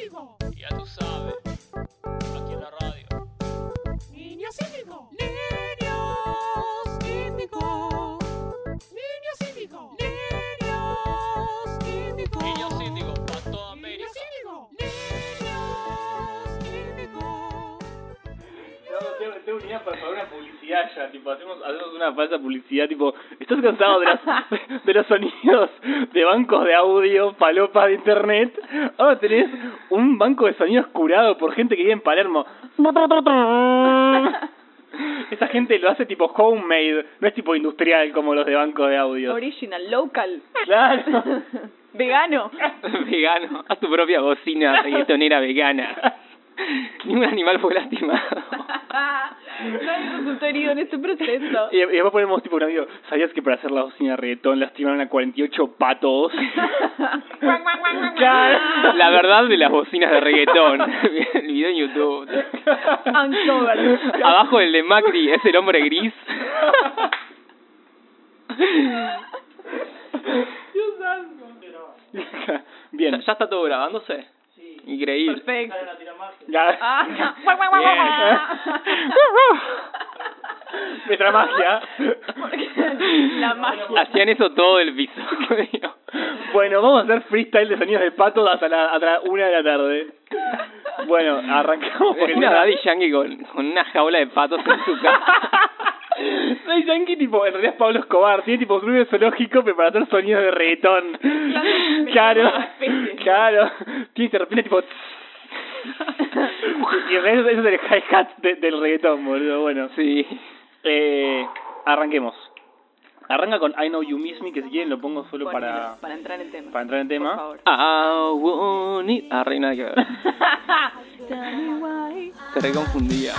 Ya tú sabes, aquí en la radio. Niños Índigo. Niños Índigo. Niños Índigo. Niños Índigo. Niños Índigo, para toda América. Niños Índigo. Niños Índigo. No, tengo, tengo una idea para hacer una publicidad ya, tipo, hacemos, hacemos una falsa publicidad, tipo, ¿estás cansado de, las- de los sonidos de bancos de audio, palopas de internet? Ahora tenés un banco de sonidos curado por gente que vive en Palermo. Esa gente lo hace tipo homemade, no es tipo industrial como los de banco de audio. Original, local. Claro. Vegano. vegano, haz tu propia bocina reggaetonera vegana. Ningún animal fue lastimado. Nadie resultó herido en este proceso. Y, y después ponemos tipo un audio, ¿sabías que para hacer la bocina de reggaetón lastimaron a 48 patos? Claro. La verdad de las bocinas de reggaetón. El video en YouTube. Uncovered. Abajo el de Macri es el hombre gris. Bien. ¿Ya está todo grabándose? Sí. Increíble. Perfecto. Ya. Ah. Bien. Nuestra magia. La magia. Hacían eso todo el piso. Bueno, vamos a hacer freestyle de sonidos de patos hasta la hasta la una de la tarde. Bueno, arrancamos porque Una Daddy Yankee con, con una jaula de patos en su casa. Daddy Yankee, tipo, en realidad es Pablo Escobar, tiene tipo un club de zoológico pero para hacer sonidos de reggaetón. Claro, claro. Tiene de repente tipo y en realidad eso es el hi-hat de- del reggaetón, boludo, bueno. Sí. Eh, arranquemos. Arranca con I Know You Miss Me, que si quieren lo pongo solo Ponelo, para, para entrar en tema. para entrar en Por tema. favor. I want it. Ah, reina que ver. Tell me why. Se reconfundía.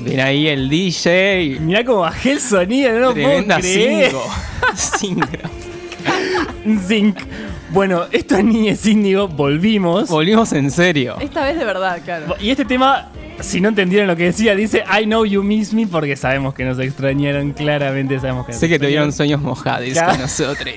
Ven ahí el DJ. Mirá cómo bajé el sonido, no lo puedo Tremenda creer. cinco. Cinco. Zinc. Bueno, esto es Niñez Índigo, volvimos. Volvimos en serio. Esta vez de verdad, claro. y este tema, si no entendieron lo que decía, dice I know you miss me porque sabemos que nos extrañaron, claramente sabemos que nos Sé que extrañaron. tuvieron sueños mojados Ya. con nosotros.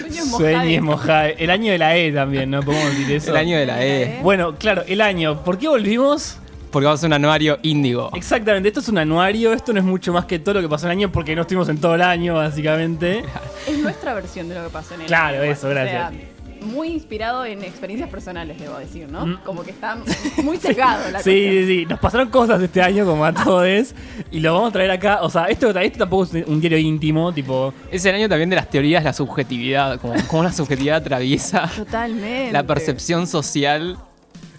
Sueños Sueñes mojados. mojade. El año de la E también, ¿no? Podemos decir eso. El año de la E. Bueno, claro, el año. ¿Por qué volvimos? Porque vamos a un anuario índigo. Exactamente, esto es un anuario, esto no es mucho más que todo lo que pasó en el año porque no estuvimos en todo el año, básicamente. Es nuestra versión de lo que pasó en el Claro, año, eso, igual. gracias. O sea, muy inspirado en experiencias personales, debo decir, ¿no? Mm. Como que está muy sesgado la Sí, sí, sí. Nos pasaron cosas este año como a todos y lo vamos a traer acá. O sea, esto, esto tampoco es un diario íntimo, tipo... Es el año también de las teorías, la subjetividad, como, como la subjetividad atraviesa cuestión. Totalmente. la percepción social.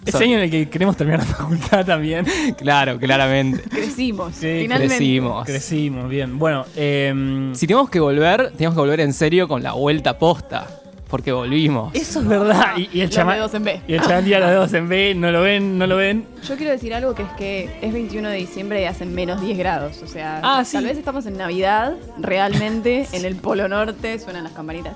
Ese año en el que queremos terminar la facultad también. Claro, claramente. Crecimos, Sí, finalmente. Crecimos. Crecimos, bien. Bueno, eh, Si tenemos que volver, tenemos que volver en serio con la vuelta posta. Porque volvimos. eso es verdad. Y, y el Los chamán... dedos en B. Y el chamán tira los dedos en B, no lo ven, no lo ven. Yo quiero decir algo que es que es 21 de diciembre y hacen menos 10 grados. O sea, Ah, sí. tal vez estamos en Navidad, realmente, en el Polo Norte suenan las campanitas.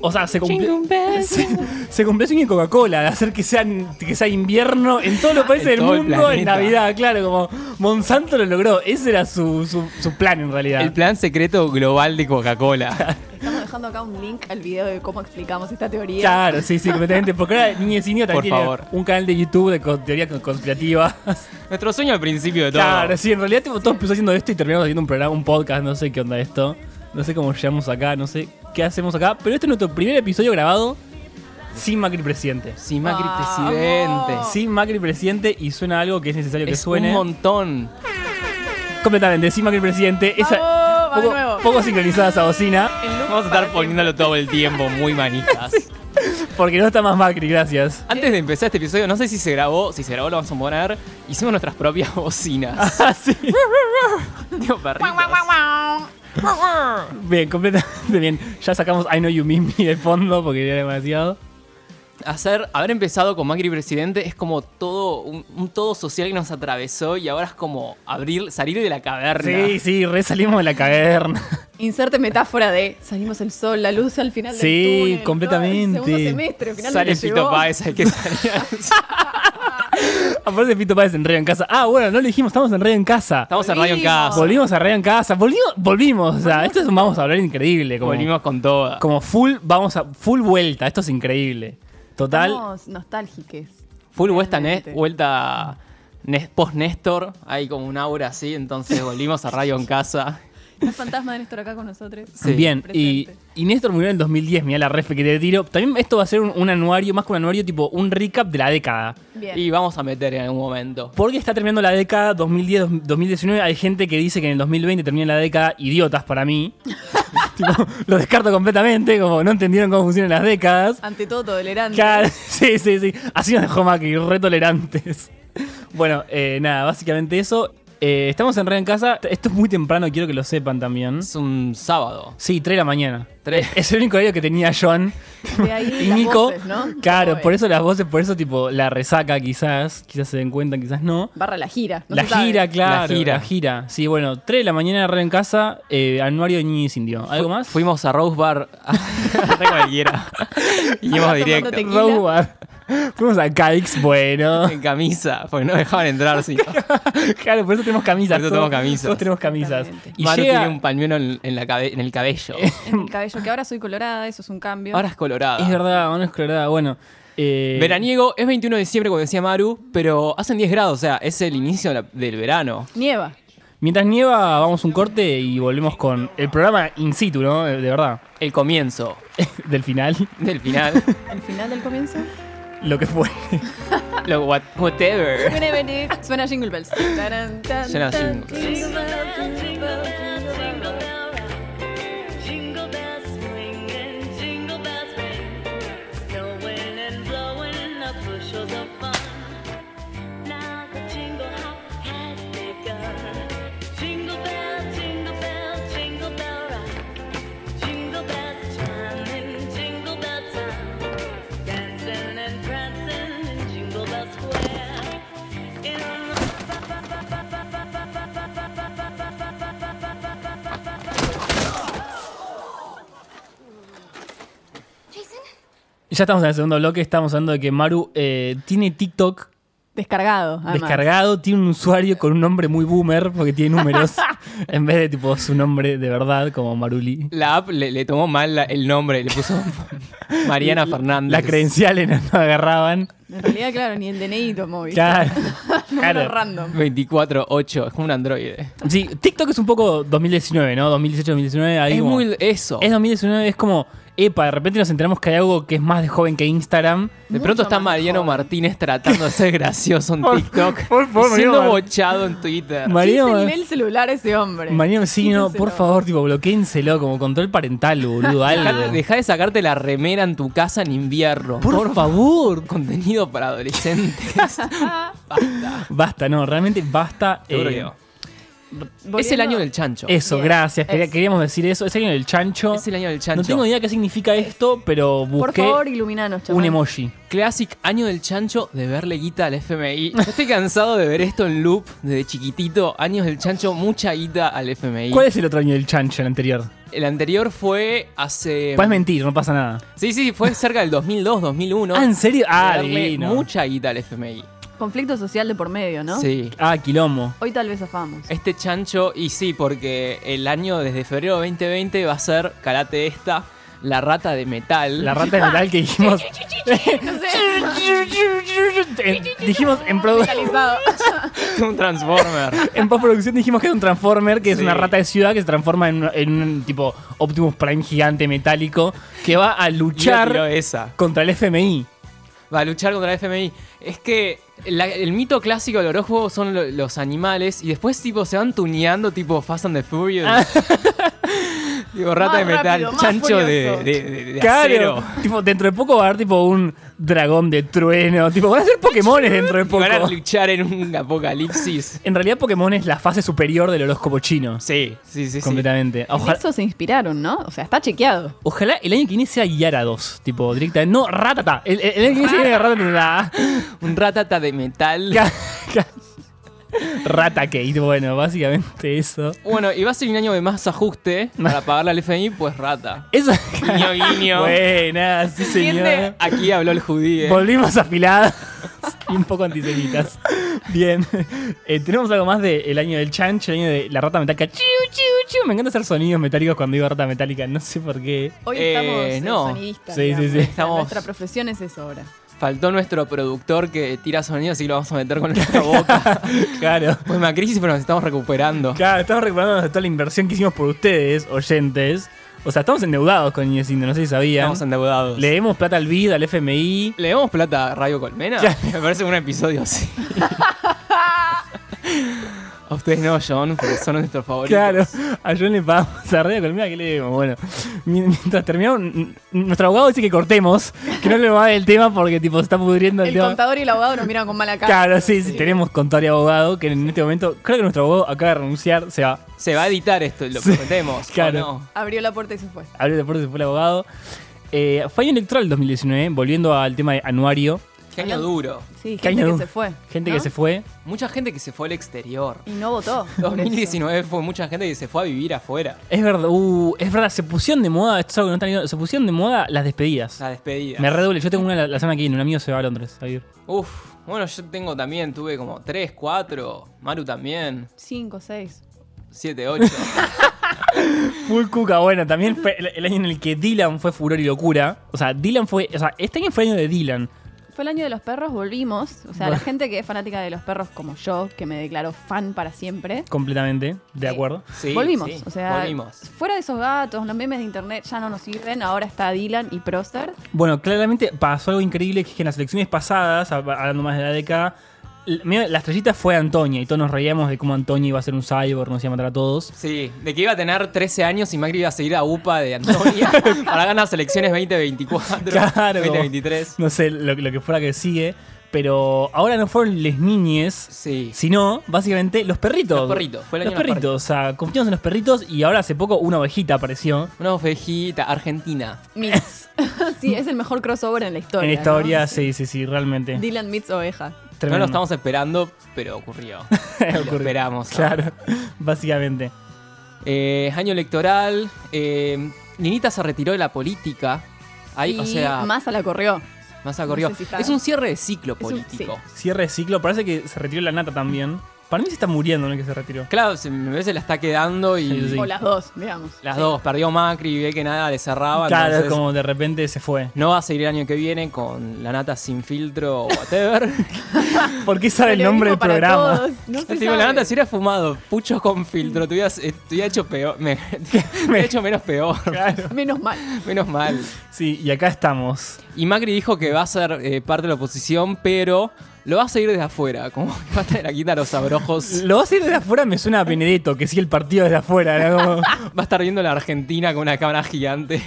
O sea, se cumplió... Se, se cumplió el sueño de Coca-Cola de hacer que, sean, que sea invierno en todos los países En del todo el mundo en planeta. Navidad, claro, como Monsanto lo logró. Ese era su, su, su plan en realidad. El plan secreto global de Coca-Cola. Estamos dejando acá un link al video de cómo explicamos esta teoría. Claro, sí, sí, completamente. Porque ahora Niñez Indio también tiene Por favor. un canal de YouTube de con- teorías con- conspirativas. Nuestro sueño al principio de todo. Claro, sí, en realidad tipo, todos empezó haciendo esto y terminamos haciendo un programa, un podcast, no sé qué onda esto. No sé cómo llegamos acá, no sé qué hacemos acá. Pero este es nuestro primer episodio grabado sin Macri presidente. Sin Macri Vamos. presidente. Sin Macri presidente y suena algo que es necesario que es suene. un montón. completamente, sin Macri presidente. Esa, Vamos, va de poco, nuevo. poco sincronizada esa bocina. El look Vamos a estar para poniéndolo todo el tiempo, muy manijas. Porque no está más Macri, gracias. Antes de empezar este episodio, no sé si se grabó, si se grabó lo vamos a poner. Hicimos nuestras propias bocinas. Ah, sí. Digo, perritos. Bien, completamente bien. Ya sacamos I Know You Miss Me de fondo porque ya era demasiado. hacer, haber empezado con Macri presidente es como todo un, un todo social que nos atravesó y ahora es como abrir, salir de la caverna. Sí, sí, re salimos de la caverna. Inserte metáfora de salimos el sol, la luz al final Sí, del túnel. completamente. todo El segundo semestre, al final Sale llegó. Fito Páez, hay que salir. Aparte Pito Páez en Radio en Casa. Ah, bueno, no lo dijimos, estamos en Radio en Casa. Estamos en Radio en Casa. Volvimos a Radio en Casa. Volvimos, volvimos. O sea, esto es un vamos a hablar increíble. Como, Volvimos con toda. como full, vamos a. Full vuelta. Esto es increíble. Total. Estamos nostálgiques. Full vuelta, ne- Realmente. vuelta ne- post-Néstor, hay como un aura así, entonces volvimos a Radio en Casa. El fantasma de Néstor acá con nosotros. Sí. Bien, y, Presente. y Néstor murió en el 2010, mirá la refe que te tiro. También esto va a ser un, un anuario, más que un anuario, tipo un recap de la década. Bien. Y vamos a meter en algún momento. Porque está terminando la década 2010-2019. Hay gente que dice que en el 2020 termina la década, idiotas para mí. Tipo, lo descarto completamente, como no entendieron cómo funcionan las décadas. Ante todo tolerante. Claro, sí, sí, sí. Así nos dejó Macri, re tolerantes. Bueno, eh, nada, básicamente eso. Eh, estamos en Red en Casa. Esto es muy temprano, quiero que lo sepan también. Es un sábado. Sí, 3 de la mañana. Tres. Es el único horario que tenía John. De ahí Y las Nico, voces, ¿no? claro, Joven. por eso las voces, por eso tipo la resaca quizás, quizás se den cuenta, quizás no. Barra la gira. no la se sabe. gira, claro. La gira. La gira. Sí, bueno, 3 de la mañana re en casa, eh, anuario de Niñez Indio. ¿Algo Fu- más? Fuimos a Rose Bar. Re cualquiera. Y íbamos Tomando directo. tequila. Robar. Fuimos a Calix, bueno. En camisa, porque no dejaban entrar. Sí. claro, por eso tenemos camisas. Por eso todos- tenemos camisas. Todos tenemos camisas. Exactamente. Y Manu llega- tiene un pañuelo en, en la cabe- en el cabello. En el cabello, que ahora soy colorada, eso es un cambio. Ahora es colorada. Es verdad, mano es colorada. Bueno, eh, Veraniego es 21 de diciembre, como decía Maru, pero hacen 10 grados, o sea, es el inicio de la- del verano. Nieva. mientras nieva, vamos un corte y volvemos con el programa in situ, ¿no? Eh, De verdad, El comienzo del final, del final. El final del comienzo. lo que fue. Lo what- whatever. Viene, viene. Suena Jingle Bells. Taran, tan, Suena tan, Jingle Jingle Bells, Jingle Bells, Jingle Bells. Jingle bells ring and jingle bells ring, snowing and blowing up bushels of fun. Now the jingle hop has begun. Jingle bell, jingle bell, jingle bell rock. Jingle bells chime in jingle bell time, dancing and prancing in Jingle Bell Square. In the Ya estamos en el segundo bloque, estamos hablando de que Maru eh, tiene TikTok Descargado. además. descargado, tiene un usuario con un nombre muy boomer, porque tiene números, en vez de tipo su nombre de verdad, como Maruli. La app le, le tomó mal la- el nombre, le puso Mariana Fernández. Las credenciales no, no agarraban. En realidad, claro, ni el DNI tomó. ¿viste? Claro. Número claro. random. 24-8, es como un androide. Sí, TikTok es un poco 2019, ¿no? 2018-2019. ahí Es como- muy eso. Es 2019, es como, epa, de repente nos enteramos que hay algo que es más de joven que Instagram. de pronto Mucho está más Mariano joven. Martínez tratando de ser gracioso en Por- TikTok. por favor, y siendo Mariano Mar- bochado en Twitter. Mariano, Mariano, nivel celular ese hombre. Mariano, eh, sí, no, Quítenselo. por favor, tipo, bloquéenselo, como control parental, boludo, algo. Deja de sacarte la remera en tu casa en invierno. Por favor. Contenido para adolescentes. Basta, no, realmente basta. Seguro eh, que no. es Volviendo- el año del chancho. Eso, Bien, gracias. quería- es. Queríamos decir eso. Es el año del chancho. Es el año del chancho. No tengo idea qué significa esto, pero Por busqué favor, ¿eh? iluminanos, chaval. un emoji. Classic año del chancho de verle guita al FMI. Yo estoy cansado de ver esto en loop desde chiquitito. Años del chancho, mucha guita al FMI. ¿Cuál es el otro año del chancho, el anterior? El anterior fue hace. Eh, Puedes mentir, no pasa nada. Sí, sí, fue cerca del 2002, 2001. Ah, ¿en serio? Ah, De darle divino. Mucha guita al FMI. Conflicto social de por medio, ¿no? Sí. Ah, quilombo. Hoy tal vez afamos. Este chancho, y sí, porque el año desde febrero 2020 va a ser Karate Esta, la rata de metal. La rata de metal que dijimos. En- dijimos en, produ- Realizado. un transformer. en postproducción dijimos que era un transformer, que es Sí. una rata de ciudad que se transforma en, un- en un tipo Optimus Prime gigante metálico que va a Char. luchar esa. contra el FMI. Va a luchar contra el FMI. Es que la- el mito clásico del horóscopo son lo- los animales y después tipo se van tuneando tipo Fast and the Furious. Digo, rata Más de metal, rápido, más chancho de, furioso. de, de- de Claro. acero. Tipo, dentro de poco va a haber tipo un dragón de trueno. Tipo, van a ser Pokémones dentro de Y poco. Van a luchar en un apocalipsis. En realidad, Pokémon es la fase superior del horóscopo chino. Sí, sí, sí. sí. Completamente. En Ojalá, eso se inspiraron, ¿no? O sea, está chequeado. ojalá el año que viene sea Yara 2. Tipo, directa. No, Ratata. El, el- el año que viene sea Ratata. Un ratata de metal. Ca- ca- Ratakate. Bueno, básicamente eso. Bueno, y va a ser un año de más ajuste para pagarle al FMI, pues rata. Eso. Guiño, guiño. Buenas, sí, señora. Aquí habló el eh? judío. Volvimos afiladas y un poco antisemitas. Bien. Eh, tenemos algo más del año del chancho, el año de la rata metálica. Chiu, chiu, chiu. Me encanta hacer sonidos metálicos cuando digo rata metálica. No sé por qué. Hoy Eh, estamos eh, no. sonidistas. Sí, sí, digamos. sí. O sea, Estamos- Nuestra profesión es eso ahora. Faltó nuestro productor que tira sonidos y lo vamos a meter con nuestra boca. Claro. Pues una crisis, pero nos estamos recuperando. Claro, estamos recuperándonos de toda la inversión que hicimos por ustedes, oyentes. O sea, estamos endeudados con Iñecindo, no sé si sabían. Estamos endeudados. Le demos plata al BID, al FMI. ¿Le damos plata a Radio Colmena? Ya. Me parece un episodio así. a ustedes no, John, porque son nuestros favoritos. Claro, a John le pagamos a Radio Colmena, ¿qué le demos? Bueno, mientras terminamos, n- nuestro abogado dice que cortemos, que no le va a dar el tema porque tipo se está pudriendo el, El tema. contador y el abogado nos miran con mala cara. Claro, sí, sí, tenemos contador y abogado, que en este momento, creo que nuestro abogado acaba de renunciar, se va. Se va a editar esto, lo Sí, prometemos. ¿o claro. no? Abrió la puerta y se fue. Abrió de puerta, se fue el abogado. Eh, fue año electoral 2019, volviendo al tema de anuario, Qué año duro. Sí, Caña de gente que un- se fue. gente ¿no? que se fue. Mucha gente que se fue al exterior. Y no votó. por 2019 fue mucha gente que se fue a vivir afuera. Es verdad, uh, es verdad, se pusieron de moda, esto es algo que no están viendo, se pusieron de moda las despedidas. La despedida. Me redoble, yo tengo una la, la semana que viene, un amigo se va a Londres a vivir. Uf, bueno, yo tengo también, tuve como 3, 4, Maru también, eso. Cinco, seis. 7, 8. Full cuca, bueno, también fue el, el año en el que Dylan fue furor y locura. O sea, Dylan fue. O sea, este año fue el año de Dylan. Fue el año de los perros, volvimos. O sea, la gente que es fanática de los perros como yo, que me declaro fan para siempre. Completamente, de Sí. acuerdo. Sí, volvimos. sí, o sea, volvimos. fuera de esos gatos, los memes de internet ya no nos sirven. Ahora está Dylan y Proster. Bueno, claramente pasó algo increíble que es que en las elecciones pasadas, hab- hablando más de la década, l- medio- la estrellita fue Antonia y todos nos reíamos de cómo Antonia iba a ser un cyborg, nos iba a matar a todos. Sí, de que iba a tener 13 años y Macri iba a seguir a UPA de Antonia para ganar las elecciones 2024, Claro. 2023. No sé lo, lo que fuera que sigue. Pero ahora no fueron les niñes, Sí. sino básicamente los perritos. Los perritos, fue el año Los de los perritos, o sea, confiamos en los perritos y ahora hace poco una ovejita apareció. Una ovejita argentina. Meets. sí, es el mejor crossover en la historia. En ¿no? historia, sí, sí, sí, realmente. Dylan meets oveja. No lo Tremendo. estamos esperando, pero ocurrió. Y lo Ocurrió. esperamos. Claro, básicamente. Eh, año electoral. eh, Ninita se retiró de la política. Ahí, y o sea, más, Massa la corrió. corrió. no sé si está- es un cierre de ciclo Es un- político. Cierre de ciclo, parece que se retiró la nata también. Para mí se está muriendo, ¿no? Que se retiró. Claro, se, me parece la está quedando y Sí, sí. O las dos, digamos. las dos. Perdió Macri y ve que nada le cerraba. claro, Ah, entonces como de repente se fue. No va a seguir el año que viene con la nata sin filtro o whatever. ¿Por qué sabe el Pero nombre del mismo para programa? todos, No se Te digo, la sabe. nata si hubiera fumado pucho con filtro, te hubieras, eh, te hubiera hecho peor. Me, te hubiera hecho menos peor. Claro. Menos mal. Menos mal. Sí, y acá estamos. Y Macri dijo que va a ser eh, parte de la oposición, pero lo va a seguir desde afuera. Como que va a tener aquí a los abrojos. Lo va a hacer desde afuera, me suena a Benedetto, que sigue el partido desde afuera. ¿no? Como- Va a estar viendo la Argentina con una cámara gigante.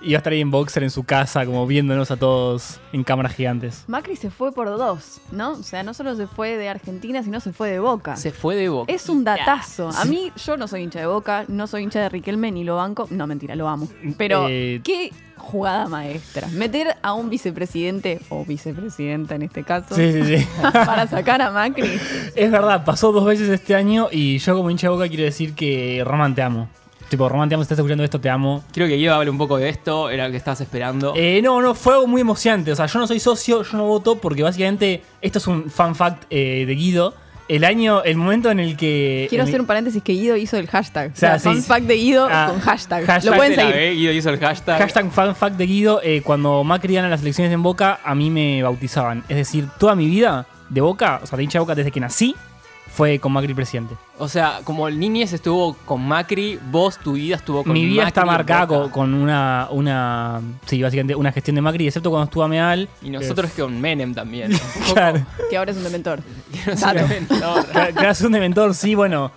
y va a estar ahí en boxer en su casa, como viéndonos a todos en cámaras gigantes. Macri se fue por dos, ¿no? O sea, no solo se fue de Argentina, sino se fue de Boca. Se fue de boca. Es un datazo. A mí, yo no soy hincha de Boca, no soy hincha de Riquelme ni lo banco. No, mentira, lo amo. Pero, Eh, qué jugada maestra. Meter a un vicepresidente, o vicepresidenta en este caso, Sí, sí, sí. para sacar a Macri. Es verdad, pasó dos veces este año y yo como hincha de boca quiero decir que Román te amo. Tipo, Román te amo, si estás escuchando esto, te amo. Quiero que Guido hable un poco de esto, era lo que estabas esperando. Eh, no, no, fue algo muy emocionante. O sea, yo no soy socio, yo no voto porque básicamente esto es un fan fact eh, de Guido. El año, el momento en el que... Quiero en el- hacer un paréntesis que Guido hizo el hashtag. Eh, O sea, sea, fun sí, sí. fact de Guido Ah, con hashtag. hashtag Lo pueden Se la seguir. ve, Guido hizo el hashtag. Hashtag fan fact de Guido, eh, cuando Macri gana las elecciones en Boca, a mí me bautizaban. Es decir, toda mi vida de Boca, o sea, de hincha de Boca desde que nací, fue con Macri presidente. O sea, como Niñez estuvo con Macri, vos tu vida estuvo con Mi vida Macri está en marcada Boca. con, con una, una. Sí, básicamente una gestión de Macri, excepto cuando estuvo a Meal. Y nosotros con Menem también. ¿no? Un poco- Claro. Que ahora es un dementor. no sé, no, Cla- Claro, es un dementor, sí, bueno.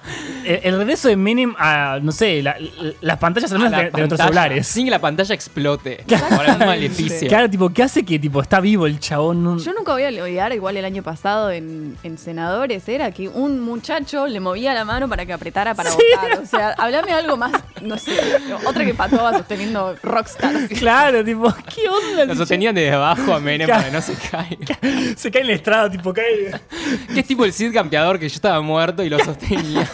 El, el regreso de Menem a, no sé, la- las pantallas a la son de, de nuestros pantalla, celulares. Sin que la pantalla explote. Para un maleficio. Claro, tipo, ¿qué hace que tipo está vivo el chabón? No- Yo nunca voy a olvidar, igual el año pasado en, en Senadores, era que un muchacho le movía la mano para que apretara para votar. O sea, hablame algo más, no sé, otra que patoba sosteniendo rockstars. Claro, tipo, ¿qué onda? Lo el sostenían desde abajo a Menem Claro. para que no se caiga. chabón? Se cae en el estrado, tipo, cae. Que es tipo el Cid campeador que yo estaba muerto y lo sostenía.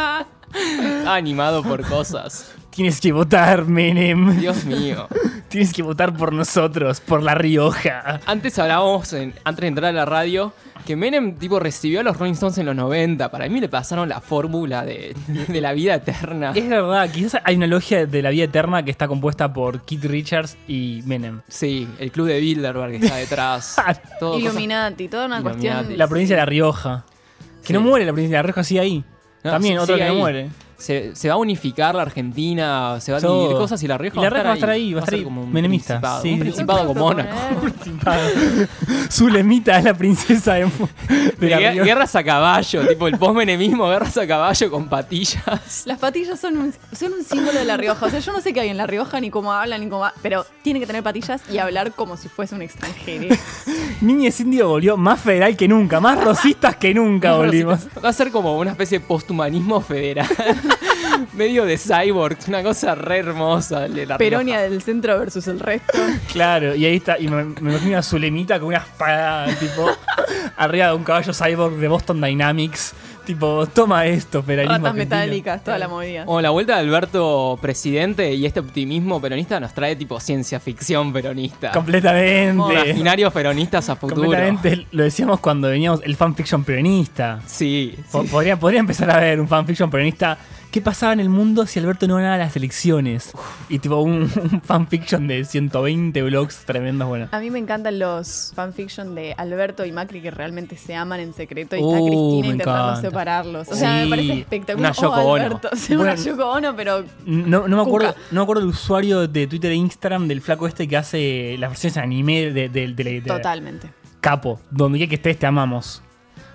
Estaba animado por cosas. Tienes que votar, Menem. Dios mío. Tienes que votar por nosotros, por La Rioja. Antes hablábamos, en- antes de entrar a la radio, que Menem tipo recibió a los Rolling Stones en los 90. Para mí le pasaron la fórmula de, de la vida eterna. Es verdad, quizás hay una logia de la vida eterna que está compuesta por Keith Richards y Menem. Sí, el club de Bilderberg que está detrás. Todo cosas- Illuminati, toda una Illuminati. cuestión. La provincia de La Rioja. Que no Sí. muere la provincia de La Rioja, sigue ahí. No, También, sí, otro sigue que no ahí. muere. Se, se va a unificar la Argentina, se va a Todo. dividir cosas y la Rioja Y la Rioja va a estar ahí, va a ser estar ahí, como un menemista, principado, sí, un sí. principado como Mónaco. Zulemita es la princesa de, de La Guer- Rioja. Guerras a caballo, tipo el post-menemismo, guerras a caballo con patillas. Las patillas son un, son un símbolo de La Rioja. O sea, yo no sé qué hay en La Rioja, ni cómo hablan, ni cómo... ha- Pero tiene que tener patillas y hablar como si fuese un extranjero. Niñez Indio volvió más federal que nunca, más rosistas que nunca volvimos. Va a ser como una especie de posthumanismo federal, medio de cyborg, una cosa re hermosa. el de la Peronia Rioja. del centro versus el resto. Claro, y ahí está, y me, me imagino a Zulemita con una espada, tipo, arriba de un caballo cyborg de Boston Dynamics. Tipo, toma esto, federalismo Ratas argentino. metálicas, toda la movida. O la vuelta de Alberto presidente y este optimismo peronista nos trae tipo ciencia ficción peronista. Completamente. Imaginarios peronistas a futuro. Completamente, lo decíamos cuando veníamos, el fanfiction peronista. Sí, Po- Podría, podría empezar a ver un fanfiction peronista. ¿Qué pasaba en el mundo si Alberto no ganaba las elecciones? Y tipo un, un fanfiction de 120 blogs tremendos, bueno. A mí me encantan los fanfiction de Alberto y Macri que realmente se aman en secreto y está Uh, Cristina me intentando encanta. separarlos. O sea, Sí, me parece espectacular. una Yoko oh, Ono. Alberto, sí, una Bueno. Yoko Ono, pero No, no me acuerdo, Cuca. no me acuerdo el usuario de Twitter e Instagram del flaco este que hace las versiones anime de, de- de- de- totalmente. Capo. Donde quiera que estés, te amamos.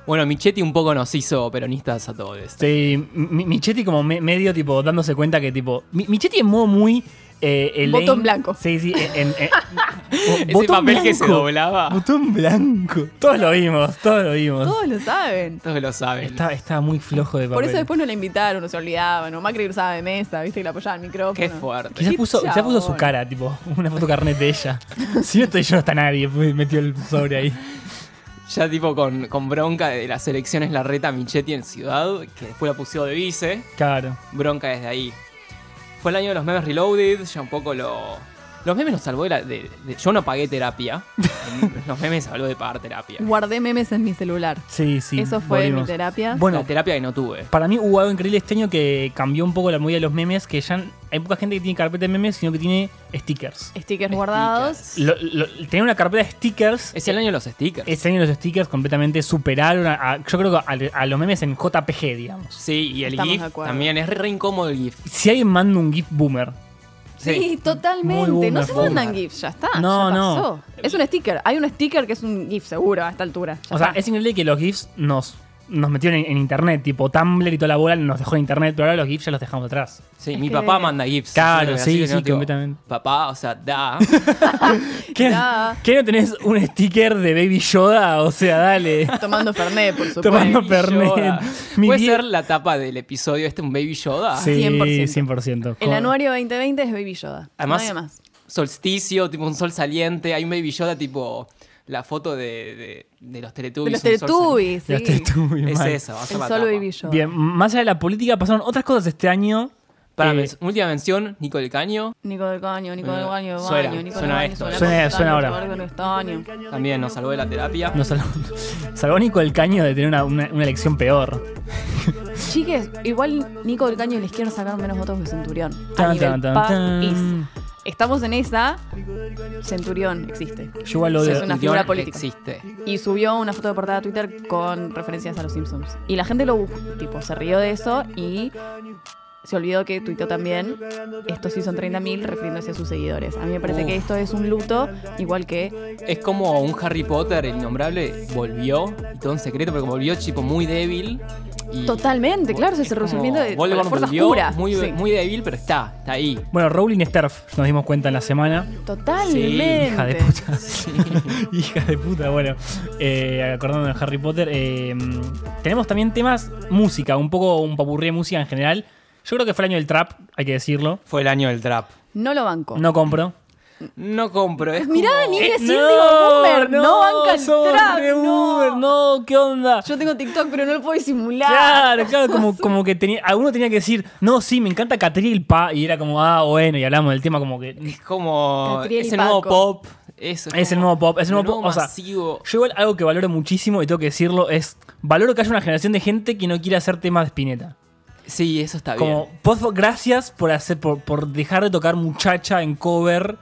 Bueno, Michetti un poco nos hizo peronistas a todos. Sí, Mi- Michetti como me- medio tipo dándose cuenta que tipo. Mi- Michetti en modo muy. Eh, Elaine- Voto en blanco. Sí, sí. eh, En, en- en- Ese Voto en papel que se blanco. doblaba. Botón blanco. Todos lo vimos, todos lo vimos. Todos lo saben. Todos lo saben. Estaba, estaba muy flojo de papel. Por eso después no la invitaron, no se olvidaban. O Macri cruzaba de mesa, viste que la apoyaba el micrófono. Qué fuerte. Quizás puso, quizás puso su chabón. cara, tipo, una foto carnet de ella. Si no estoy yo, no está nadie. pues, Metió el sobre ahí. Ya tipo con, con bronca de las elecciones la reta Michetti en Ciudad, que después la puso de vice, Claro. bronca desde ahí. Fue el año de los memes reloaded, ya un poco lo... Los memes nos salvó de, la- de- de- Yo no pagué terapia. los memes salvó de pagar terapia. Guardé memes en mi celular. Sí, sí. Eso fue mi volvimos. terapia. Bueno, la terapia que no tuve. para mí hubo algo increíble este año que cambió un poco la movida de los memes, que ya hay poca gente que tiene carpeta de memes, sino que tiene stickers. Stickers guardados. Stickers. Lo- lo- tener una carpeta de stickers Es el año de los stickers. Este año los stickers completamente superaron a, a- yo creo que a, a los memes en JPG, digamos. Sí, y el Estamos de GIF acuerdo. también. Es re, re incómodo el GIF. Si alguien manda un GIF boomer, Sí, totalmente. Muy boomer, no se mandan boomer. GIFs, ya está. No, ya no. pasó. Es un sticker. Hay un sticker que es un GIF seguro a esta altura. ya o sea, está. es increíble que los GIFs nos, nos metieron en, en internet, tipo Tumblr y toda la bola nos dejó en internet, pero ahora los GIFs ya los dejamos atrás. Sí, Es mi que- papá manda GIFs. Claro, Así sí, que no, sí, tipo, completamente. Papá, o sea, da. ¿Qué, Ya. ¿qué no tenés un sticker de Baby Yoda? O sea, dale. Tomando Fernet, por supuesto. Tomando Fernet. Yoda. Mi ¿Puede vie- ser la tapa del episodio este un Baby Yoda? Ah, Sí, 100%. 100%. El Con- anuario 2020 es Baby Yoda. Además- no hay más. Solsticio, tipo un sol saliente. Hay un Baby Yoda tipo la foto de, de- de los De Teletubbies. los un sol Teletubbies, sí. Ya te estuve saliente. mal. Es esa, va a El ser solo la tapa. Baby Yoda. Bien, más allá de la política pasaron otras cosas este año. Para, Eh, men- última mención, Nico del Caño. Nico del Caño, Nico del Caño, del Suena, Baño, Nico suena del Caño, esto. Suena, Suena- suena ahora. También nos salvó de la terapia. nos salvó, salvó Nico del Caño de tener una, una- una elección peor. Chiques, igual Nico del Caño les quiero sacar menos votos que Centurión. A Tan, nivel tan, tan, país. tan. Estamos en esa. Centurión existe. Yo igual lo Sí, odio. es una Guión figura política. Existe. Y subió una foto de portada a Twitter con referencias a los Simpsons. Y la gente lo bu- tipo, se rió de eso y se olvidó que tuiteó también. Estos sí son 30.000 refiriéndose a sus seguidores. A mí me parece Uf. que esto es un luto, igual que Es como un Harry Potter, el innombrable, volvió, y todo en secreto, pero volvió tipo muy débil. y- Totalmente, claro, se Es se como resolviendo de con la Voldemort fuerza volvió oscura. Muy, Sí. muy débil, pero está, está ahí. Bueno, Rowling Sterf, nos dimos cuenta en la semana. Totalmente. hija de puta. hija de puta, bueno. Eh, acordando de Harry Potter, eh, tenemos también temas música, un poco un papurrí de música en general. Yo creo que fue el año del trap, hay que decirlo. Fue el año del trap. No lo banco. No compro. No compro. Es Mirá, como- ni Eh, decir, digo, boomer, no, banca el somos trap, re no. boomer, no, ¿qué onda? Yo tengo TikTok, pero no lo puedo disimular. Claro, claro, como, como que tenía, alguno tenía que decir, no, sí, me encanta Catrilpa, y era como, ah, bueno, y hablamos del tema como que Es como. Catriel y Es el nuevo Paco. pop. Es, es el como nuevo pop, es el nuevo, pop, o sea, masivo. Yo igual algo que valoro muchísimo y tengo que decirlo es valoro que haya una generación de gente que no quiere hacer temas de Spinetta. Sí, eso está Como bien. por favor, gracias por hacer por, por dejar de tocar muchacha en cover.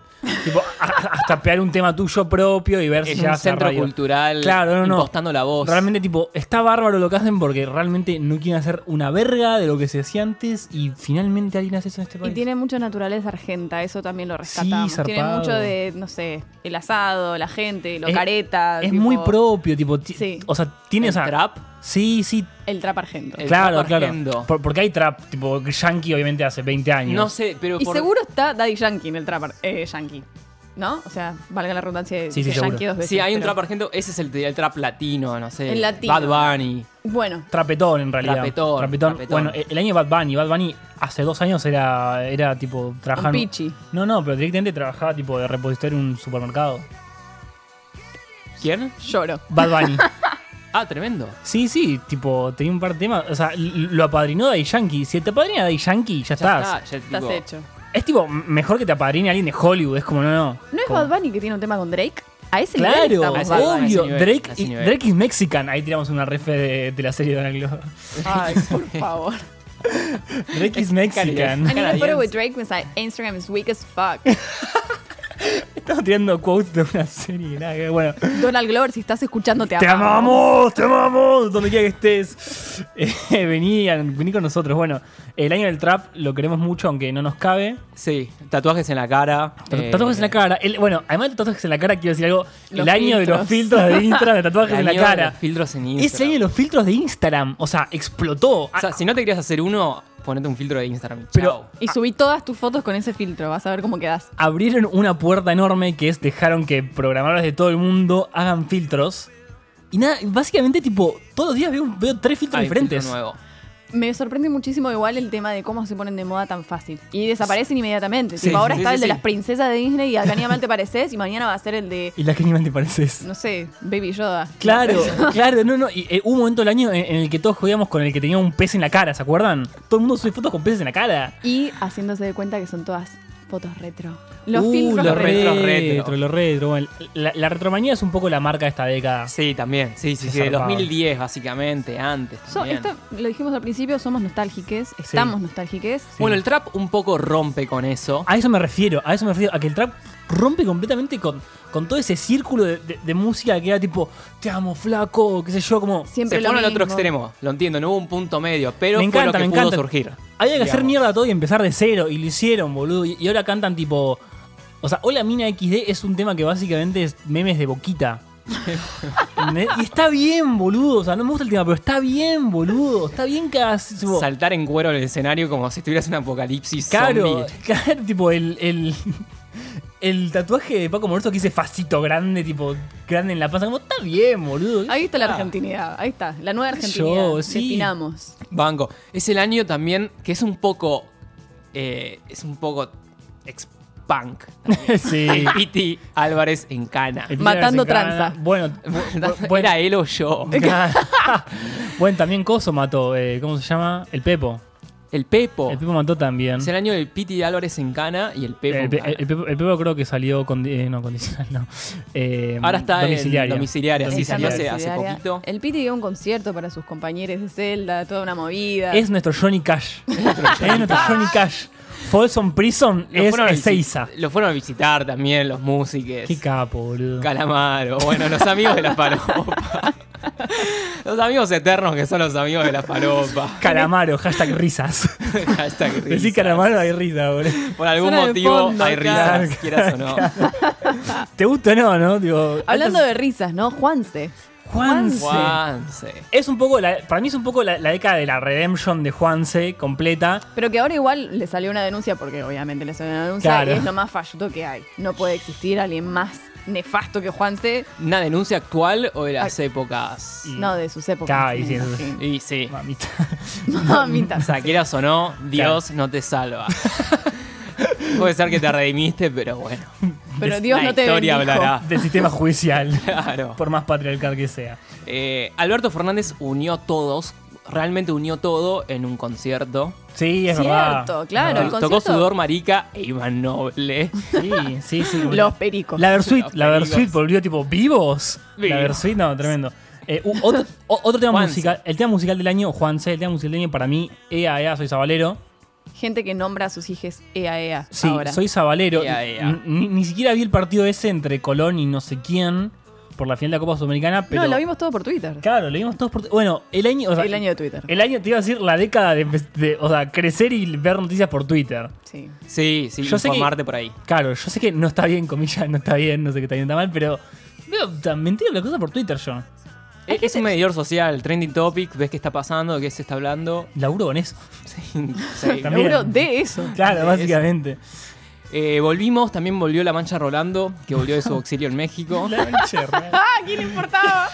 tipo, a- a- hasta pegar un tema tuyo propio y ver si Es ya un hace centro radio. cultural Claro, no, no. impostando la voz. Realmente, tipo, está bárbaro lo que hacen porque realmente no quieren hacer una verga de lo que se hacía antes y finalmente alguien hace eso en este país. Y tiene mucha naturaleza argenta, eso también lo rescatamos. tiene zarpado. mucho de, no sé, el asado, la gente, lo Es- careta. es tipo, muy propio, tipo, ti- Sí. o sea, tiene El esa- trap. Sí, sí, El trap argento. El claro, trap claro. argento. Por- porque hay trap, tipo, yankee obviamente hace 20 años. No sé, pero Y por- seguro está Daddy Yankee en el trap ar- eh, yankee. ¿No? O sea, valga la redundancia de Sí, sí, de seguro. yankee dos veces. Sí, hay un pero- trap argento, ese es el, el trap latino, no sé. El latino. Bad Bunny. Bueno, Trapetón, en realidad. Trapetón, trapetón. Bueno, e-, el año de Bad Bunny. Bad Bunny hace dos años era, era tipo trabajando. pichi. No, no, pero directamente trabajaba tipo de repositor en un supermercado. ¿Quién? lloro. Bad Bunny. Ah, tremendo. sí, sí, tipo, tenía un par de temas. O sea, l- lo apadrinó Daddy Yankee. Si te apadrina Daddy Yankee, Ah, ya, Ya estás. está, ya Ah, Estás tipo- hecho. Es tipo mejor que te apadrine alguien de Hollywood. Es como, no, no. ¿No es Como- Bad Bunny que tiene un tema con Drake? A ese nivel Claro, estamos, Bad Bunny. obvio. A ese nivel, Drake, a ese y- nivel. Drake is Mexican. Ahí tiramos una ref de, de la serie de Donald Glover. Ay, por favor. Drake is Mexican. I need a photo with Drake because my Instagram is weak as fuck. Estamos tirando quotes de una serie. Nada, que ver. bueno. Donald Glover, si estás escuchando, te, ¡Te amamos. amamos! ¡Te amamos! Donde quiera que estés. Eh, vení, vení con nosotros. Bueno, el año del trap lo queremos mucho, aunque no nos cabe. Sí, tatuajes en la cara. Tatu- eh, Tatuajes en la cara. El- bueno, además de tatuajes en la cara, quiero decir algo. el Los año de los filtros. filtros de Instagram, de tatuajes el en la año de cara. los filtros en Instagram. Ese año de los filtros de Instagram. O sea, explotó. O sea, Ah, si no te querías hacer uno, ponete un filtro de Instagram. Pero- Pero Y subí todas tus fotos con ese filtro, vas a ver cómo quedas. Abrieron una puerta enorme que es dejaron que programadores de todo el mundo hagan filtros. Y nada, básicamente, tipo, todos los días veo, veo tres filtros diferentes. nuevo. Me sorprende muchísimo igual el tema de cómo se ponen de moda tan fácil. Y desaparecen inmediatamente. Sí, tipo, ahora sí, está sí, el de sí. las princesas de Disney y acá ni a mal te pareces y mañana va a ser el de, ¿Y la que ni mal te pareces? no sé, Baby Yoda. Claro, claro, no, no. Y, eh, hubo un momento del año en, en el que todos jodíamos con el que tenía un pez en la cara, ¿se acuerdan? Todo el mundo sube fotos con peces en la cara. Y haciéndose de cuenta que son todas fotos retro. Los Uh, filtros los retro. retro, retro. retro, los retro. Bueno, la, la retromanía es un poco la marca de esta década. Ah, Sí, también. Sí, sí, Se sí. De zarpaba. 2010, básicamente, antes. So, también. esto lo dijimos al principio, somos nostálgiques, estamos nostálgiques. Bueno, el trap un poco rompe con eso. Ah, A eso me refiero, a eso me refiero, a que el trap rompe completamente con, con todo ese círculo de, de- de música que era tipo, te amo flaco, qué sé yo, como... Siempre Se lo fueron al otro mismo. extremo, lo entiendo, no hubo un punto medio, pero me fue encanta, lo que me pudo encanta. surgir. Había que hacer digamos. mierda todo y empezar de cero, y lo hicieron, boludo. Y, y ahora cantan tipo... O sea, Hola Mina XD es un tema que básicamente es memes de boquita. ¿Entendés? y está bien, boludo. O sea, no me gusta el tema, pero está bien, boludo. Está bien que hagas, tipo, Saltar en cuero en el escenario como si estuvieras en un apocalipsis Claro, zombie. claro, tipo el, el, el tatuaje de Paco Morto que dice facito grande, tipo grande en la panza, como está bien, boludo. Ahí está la Ah. argentinidad, ahí está, la nueva argentinidad. Yo, sí. Definamos. Banco. Es el año también que es un poco. eh, es un poco. ex- punk. sí. El Piti Álvarez en cana. Matando Cara. tranza. Bueno, Era él o yo. bueno, también Coso mató, eh, ¿cómo se llama? El Pepo. El Pepo. El Pepo mató también. Es el año del Piti Álvarez en cana y el Pepo. El, en Pe- cana. el Pepo, el Pepo creo que salió con, eh, no condicional, no. Eh, Ahora está en domiciliaria. domiciliaria, sí, Esa salió hace- hace solidaria. poquito. El Piti dio un concierto para sus compañeros de celda, toda una movida. Es nuestro Johnny Cash. es nuestro Johnny Cash. Folsom Prison Lo es fueron a visi- Ezeiza. Lo fueron a visitar también los músicos. Qué capo, boludo. Calamaro, bueno, los amigos de la faropa. Los amigos eternos que son los amigos de la faropa. Calamaro, hashtag risas. Hashtag Decís risas. calamaro hay risa, boludo. Por algún Suena de motivo fondo, hay claro. risas, quieras o no. ¿Te gusta o no, no? Digo, Hablando antes- de risas, ¿no? Juanse. Juanse. Juanse. Es un poco, la- para mí es un poco la, la década de la redemption de Juanse completa. Pero que ahora igual le salió una denuncia, porque obviamente le salió una denuncia, Claro. y es lo más falluto que hay. No puede existir alguien más nefasto que Juanse, ¿Una denuncia actual o de las épocas? no de sus épocas. Claro, y me sí, eso imagino. Y sí. Mamita. Mamita. O sea, quieras o no, Dios no te salva. Puede ser que te redimiste, pero bueno. Pero Dios la no te historia bendijo. hablará. Del sistema judicial. Claro. Por más patriarcal que sea. Eh, Alberto Fernández unió todos, realmente unió todo en un concierto. Sí, es verdad. Cierto, claro. el To- Tocó concierto- Sudor Marica e Iván Noble. Sí, sí, sí. Los pericos. La Versuit, Los la perigos. Versuit volvió tipo vivos. La Vivos. Versuit, no, tremendo. Eh, u- otro, o- otro tema Juanse. musical, el tema musical del año, Juanse, el tema musical del año para mí, E ea, ea, soy sabalero. Gente que nombra a sus hijes EAEA. Sí, ahora. soy sabalero. Ea, ea. N- Ni, ni siquiera vi el partido ese entre Colón y no sé quién por la final de la Copa Sudamericana, pero No, lo vimos todo por Twitter. claro, lo vimos todos por... Bueno, el año, o sea, eh, el año de Twitter. el año, te iba a decir la década de, de- o sea, crecer y ver noticias por Twitter. Sí. Sí, sí, Yo sé que- informarte por ahí. Claro, yo sé que no está bien, comillas, no está bien, no sé qué está bien, está mal, pero veo tan mentira la cosa por Twitter yo. E- Es un medidor social, trending topic, ves qué está pasando, de qué se está hablando. Laburo con eso. Sí, sí. También. Seguro de eso. Claro, básicamente. Eh, volvimos, también volvió La Mancha Rolando, que volvió de su auxilio en México. Ah, ¿quién le importaba?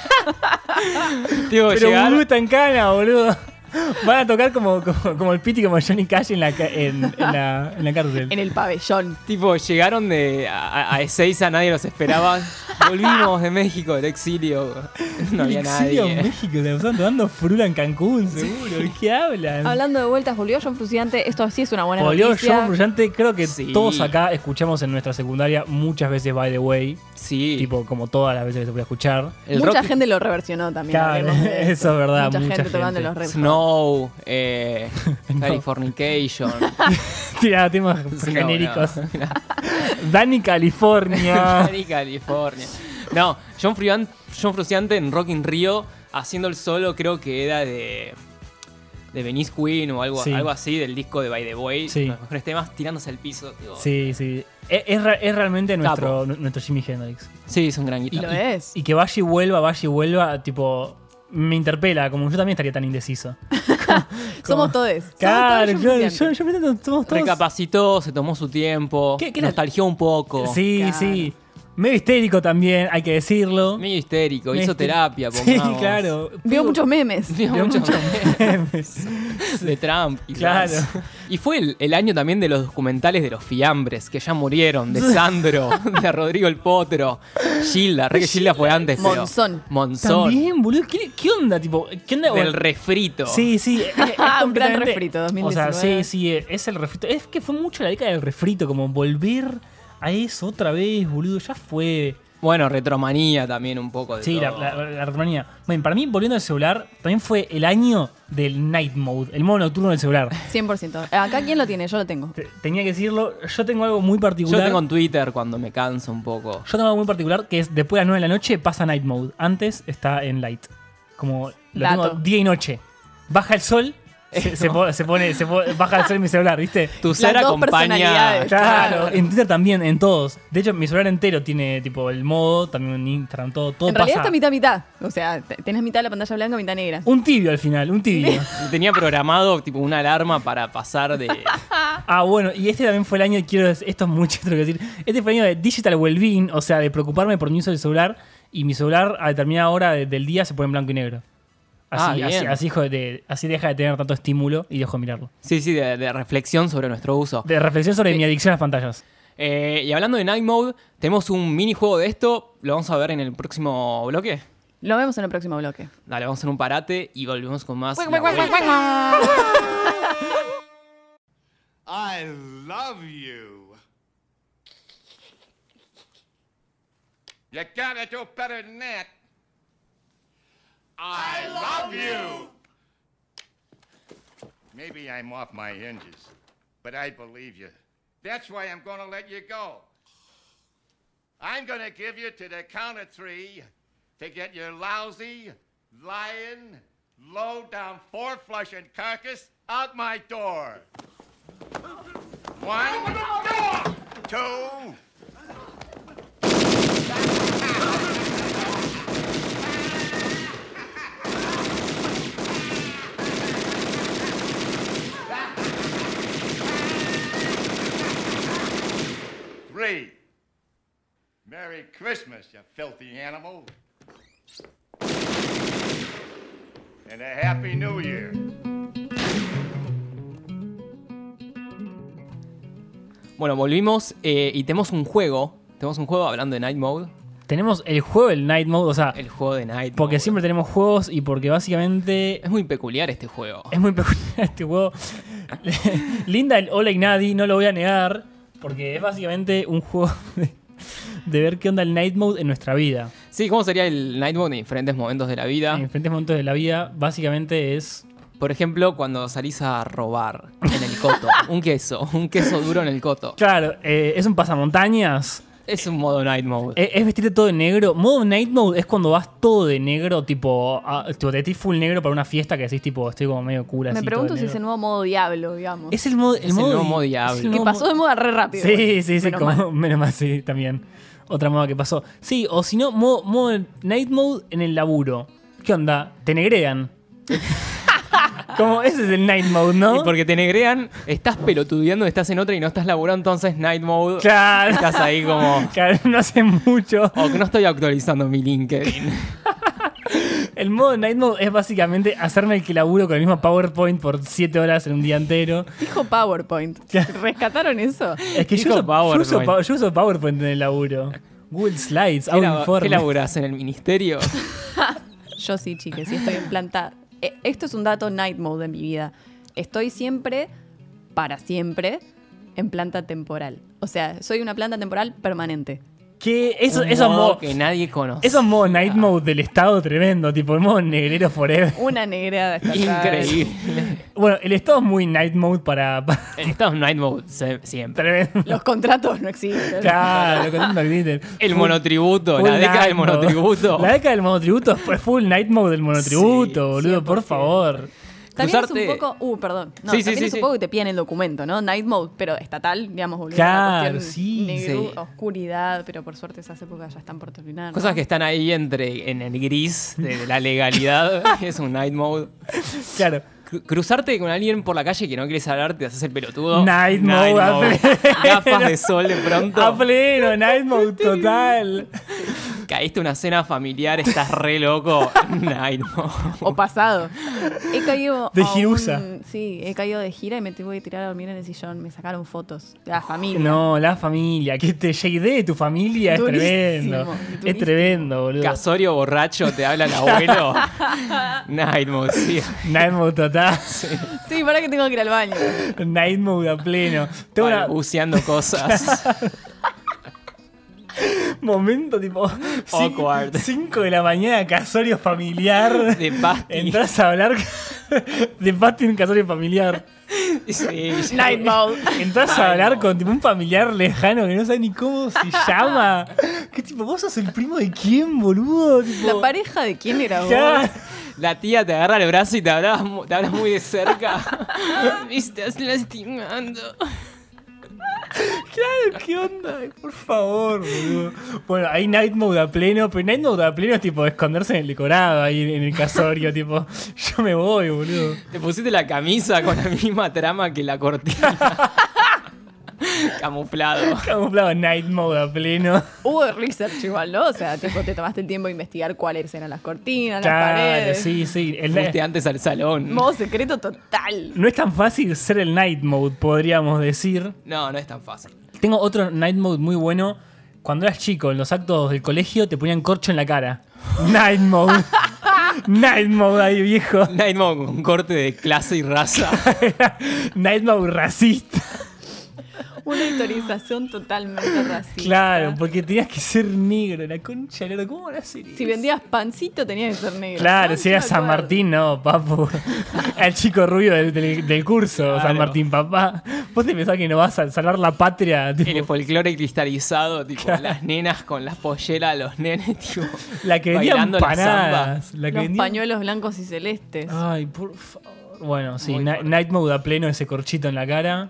Tengo que Pero llegar. Vudú está en cana, boludo. Van a tocar como, como, como el Piti, como Johnny Cash en la, ca- en, en la, en la cárcel. En el pabellón. Tipo, llegaron de, a, E a Ezeiza, nadie los esperaba. Volvimos de México, del exilio. No había El exilio en nadie. México, se están tomando frula en Cancún, seguro. ¿De qué hablan? Hablando de vueltas, volvió John Fruciante. Esto sí es una buena Volvió noticia. John Brillante, creo que Sí. todos acá escuchamos en nuestra secundaria muchas veces By the Way, Sí. tipo como todas las veces que se puede escuchar. el Mucha rock gente lo reversionó también. Claro, hablemos de eso esto. es verdad, Mucha, mucha gente tocando gente. los Red Hot. Snow, eh, Californication. Tira temas No, genéricos. Dani California. Cali, California. No, John, Frucian- John Fruciante en Rock in Rio, haciendo el solo, creo que era de. De Venice Queen o algo, Sí. algo así, del disco de By the Way. Sí. Los mejores temas tirándose al piso. digo, Sí, sí. Es, es re- es realmente nuestro, nuestro Jimi Hendrix. Sí, es un gran guitarra. Lo es. Y que vaya y vuelva, vaya y vuelva, tipo, me interpela, como yo también estaría tan indeciso. Somos todes. Somos Claro, todos John claro, yo, Fruciante. yo pretendo somos todos. Recapacitó, se tomó su tiempo, ¿Qué- qué era? nostalgió un poco, Sí, Claro. sí. Medio histérico también, hay que decirlo. medio histérico, Medio hizo histérico. terapia, Sí, pongamos. claro. Vio muchos memes. Vio mucho de Trump. quizás. Claro. Y fue el, el año también de los documentales de los fiambres, que ya murieron, de Sandro, de Rodrigo el Potro, Gilda, re que Gilda fue antes. pero- Monzón. Monzón. También, boludo, ¿qué, qué onda? Tipo, ¿qué onda? Del refrito. Sí, sí. es- es Ah, gran completamente- refrito, O sea, sí, 2019. sí, eh, es el refrito. Es que fue mucho la década del refrito, como volver a eso otra vez, boludo, ya fue. Bueno, retromanía también un poco. De Sí, la, todo. la, la ergonomía. Bueno, para mí, volviendo al celular, también fue el año del night mode, el modo nocturno del celular. 100%. Acá, ¿quién lo tiene? Yo lo tengo. Te- Tenía que decirlo, yo tengo algo muy Yo particular. tengo en Twitter cuando me canso un poco. Yo tengo algo muy particular que es después de las 9 de la noche pasa night mode. Antes está en light. Como lo Dato. tengo día y noche. Baja el sol, se, se po- se pone, se po- baja el sol en mi celular, ¿viste? Tu Las ser dos acompaña personalidades. Claro, Claro. en Twitter también, en todos. De hecho, mi celular entero tiene tipo el modo, también en Instagram, todo, todo En pasa. realidad está mitad-mitad. O sea, te- tenés mitad de la pantalla blanca, mitad negra. Un tibio al final, un tibio. Tenía programado tipo una alarma para pasar de. ah, bueno, y este también fue el año, quiero decir, esto es mucho, tengo que decir. Este fue el año de digital well-being, o sea, de preocuparme por mi uso del celular. Y mi celular a determinada hora de- del día se pone en blanco y negro. Ah, Así, así, bien. así, hijo de- así deja de tener tanto estímulo y dejo de mirarlo. Sí, sí, de, de reflexión sobre nuestro uso. De reflexión sobre mi adicción a las pantallas. Eh, y hablando de Night Mode, tenemos un minijuego de esto. Lo vamos a ver en el próximo bloque. Lo vemos en el próximo bloque. Dale, vamos a hacer un parate y volvemos con más. La Vuelta. I love you. You gotta do better than that. I love you. Maybe I'm off my hinges. but I believe you. That's why I'm going to let you go. I'm going to give you to the count of three to get your lousy, lying, low down, four flushing carcass out my door. One, two, three. Merry Christmas, you filthy animal. And a Happy New Year. Bueno, volvimos eh, y tenemos un juego. Tenemos un juego hablando de Night Mode. Tenemos el juego del Night Mode, o sea, El juego de Night porque Mode. siempre tenemos juegos y porque básicamente Es muy peculiar este juego. es muy peculiar este juego. Linda el Oleg Nadie, no lo voy a negar, porque es básicamente un juego de, de ver qué onda el Night Mode en nuestra vida. Sí, ¿cómo sería el Night Mode en diferentes momentos de la vida? En diferentes momentos de la vida, básicamente es... Por ejemplo, cuando salís a robar en el coto. un queso, un queso duro en el coto. Claro, eh, es un pasamontañas. Eh, Es un modo Night Mode. Es, es vestirte todo de negro. Modo night mode es cuando vas todo de negro, tipo, a- tipo, te vestís full negro para una fiesta que decís, tipo, estoy como medio cool así. Me todo pregunto de si es negro. el nuevo modo diablo, digamos. Es el modo. El Es el modo nuevo di- modo es el diablo. nuevo Que que pasó de modo- moda re rápido. Sí, sí, sí, Menos como- mal. menos mal, sí, también. Otra moda que pasó. Sí, o si no, modo, modo night mode en el laburo. ¿Qué onda? Te negrean. como ese es el night mode, ¿no? Y porque te negrean, estás pelotudeando, estás en otra y no estás laburando, entonces Night Mode. Claro. Estás ahí como. Claro, no hace mucho. O que no estoy actualizando mi LinkedIn. El modo night mode es básicamente hacerme el que laburo con el mismo PowerPoint por 7 horas en un día entero. Dijo PowerPoint. ¿Rescataron eso? Es que yo uso, yo, Dijo uso, PowerPoint. pa- yo uso PowerPoint en el laburo. Google Slides, ¿Qué, hago lab- qué informes. laburás en el ministerio? Yo sí, chiques, y estoy en planta. Eh, Esto es un dato night mode de mi vida. Estoy siempre, para siempre, en planta temporal. O sea, soy una planta temporal permanente. Que eso, Un eso, modo mo- que Ah. nadie conoce. eso es modo night mode del estado tremendo, tipo el modo negrero forever. Una negreada estatal. Increíble. Bueno, el estado es muy night mode para, para- En Estados Night Mode se- siempre. tremendo. Los contratos no existen. Claro, con un Twitter. El Full- monotributo, full la década night del mode. monotributo. La década del monotributo fue full night mode del monotributo, boludo, por 100%. favor. También es cruzarte- un poco. Uh, perdón. No, Sí, sí, también sí, es un sí. poco que te piden el documento, ¿no? Night mode, pero estatal, digamos, boludo. Claro, una cuestión sí, negru- sí. Oscuridad, pero por suerte esas épocas ya están por terminar. ¿no? Cosas que están ahí entre en el gris de, de la legalidad. es un Night Mode. Claro. Cru- Cruzarte con alguien por la calle que no quieres hablar, te haces el pelotudo. Night mode, a pleno. Gafas de sol de A pronto. pleno, night mode total. Caíste a una cena familiar, estás re loco. Night mode. O pasado. He caído. De a un- girusa. sí, he caído de gira y me tuve que tirar a dormir en el sillón. Me sacaron fotos. La familia. No, la familia, que te llegué de tu familia es Durísimo, tremendo. Es durísimo. tremendo, boludo. Casorio borracho, te habla el abuelo. Night mode, sí. Night mode total. Sí, para que tengo que ir al baño. Night mode a pleno. Tengo una- Balbuceando cosas. un momento tipo. Awkward. 5 de la mañana, casorio familiar. De pasti. Entras a hablar de pasti en un casorio familiar. Sí, ya- Night mode. Entras a hablar con tipo, un familiar lejano que no sabe ni cómo se llama. ¿Qué tipo? ¿Vos sos el primo de quién, boludo? Tipo, ¿La pareja de quién era vos? ya. La tía te agarra el brazo y te hablas, mu- te hablas muy de cerca. Me estás lastimando. Claro, ¿qué onda? Ay, Por favor, boludo. Bueno, hay Night Mode a pleno, pero Night Mode a pleno es tipo esconderse en el decorado ahí en el casorio, tipo, yo me voy, boludo. Te pusiste la camisa con la misma trama que la cortina. Camuflado. Camuflado Night Mode a pleno. Hubo research igual, ¿no? O sea, tipo, te tomaste el tiempo de investigar cuáles eran las cortinas, las Claro, paredes. sí, sí. El Fuiste na- antes al salón. Modo secreto total. no es tan fácil ser el Night Mode, podríamos decir. No, no es tan fácil. Tengo otro Night Mode muy bueno. Cuando eras chico, en los actos del colegio, te ponían corcho en la cara. Night Mode. Night Mode ahí, viejo. Night Mode, un corte de clase y raza. Night Mode racista. Una historización totalmente racista. Claro, porque tenías que ser negro, la concha, de la lora, ¿cómo lo hacer Si vendías pancito tenías que ser negro. Claro, Ay, si era me San acuerdo. Martín, no, papu. Al chico rubio del, del- del curso, San Martín, papá. ¿Vos te pensás que no vas a salvar la patria? tipo, En el folclore cristalizado, tipo, las nenas con las polleras, los nenes, tipo. la que vendía bailando la samba. empanadas. La que Ah. Los vendía... pañuelos blancos y celestes. Ay, por favor. Bueno, sí, Muy Ni- fuerte. Night Mode a pleno, ese corchito en la cara.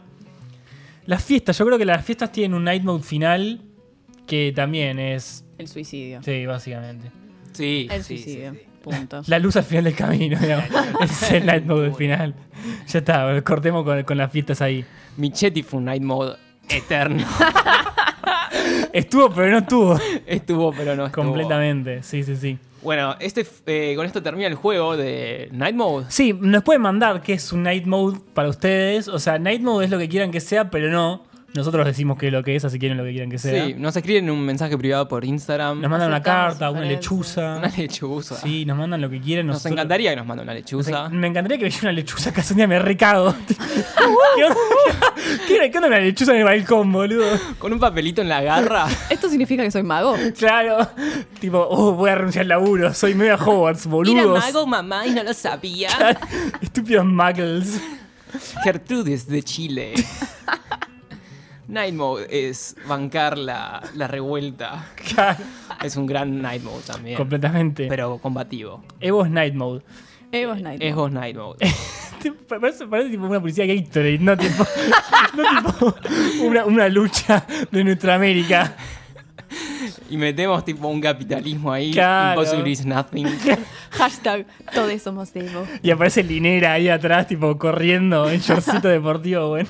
Las fiestas, yo creo que las fiestas tienen un Night Mode final que también es. El suicidio. Sí, básicamente. Sí, El sí, sí. suicidio. Punto. La luz al final del camino, digamos. Ese es el Night Mode final. Ya está, cortemos con, con las fiestas ahí. Michetti fue un night mode eterno. Estuvo, pero no estuvo. estuvo, pero no estuvo. Completamente, sí, sí, sí. Bueno, este, eh, con esto termina el juego de Night Mode. Sí, nos pueden mandar qué es un Night Mode para ustedes. O sea, Night Mode es lo que quieran que sea, pero no. Nosotros decimos que es lo que es, así quieren lo que quieran que sea. Sí, nos escriben un mensaje privado por Instagram. Nos mandan una Aceptamos carta, una sugerencias. lechuza. Una lechuza. Sí, nos mandan lo que quieran. Nos nosotros- encantaría que nos manden una nos en- lechuza. me encantaría que me llegue una lechuza acá, un día me recago. ¿Qué onda- ¿Qué onda- qué onda una lechuza en el balcón, boludo? Con un papelito en la garra. Esto significa que soy mago. Claro. Tipo, oh, voy a renunciar al laburo, soy media Hogwarts, boludos. mamá, y no lo sabía. Estúpidos muggles. Gertrudes de Chile. Night Mode es bancar la, la revuelta. Claro, Es un gran Night Mode también. Completamente. Pero combativo. Evo es Night Mode. Evo Snyder. Es vos Night Mode. Parece, parece tipo una policía Gatorade, no tipo, no tipo una, una lucha de nuestra América. Y metemos tipo un capitalismo ahí. Claro. Impossible is nothing. Hashtag todos somos Evo. Y aparece Linera ahí atrás, tipo corriendo en shortcito deportivo, bueno.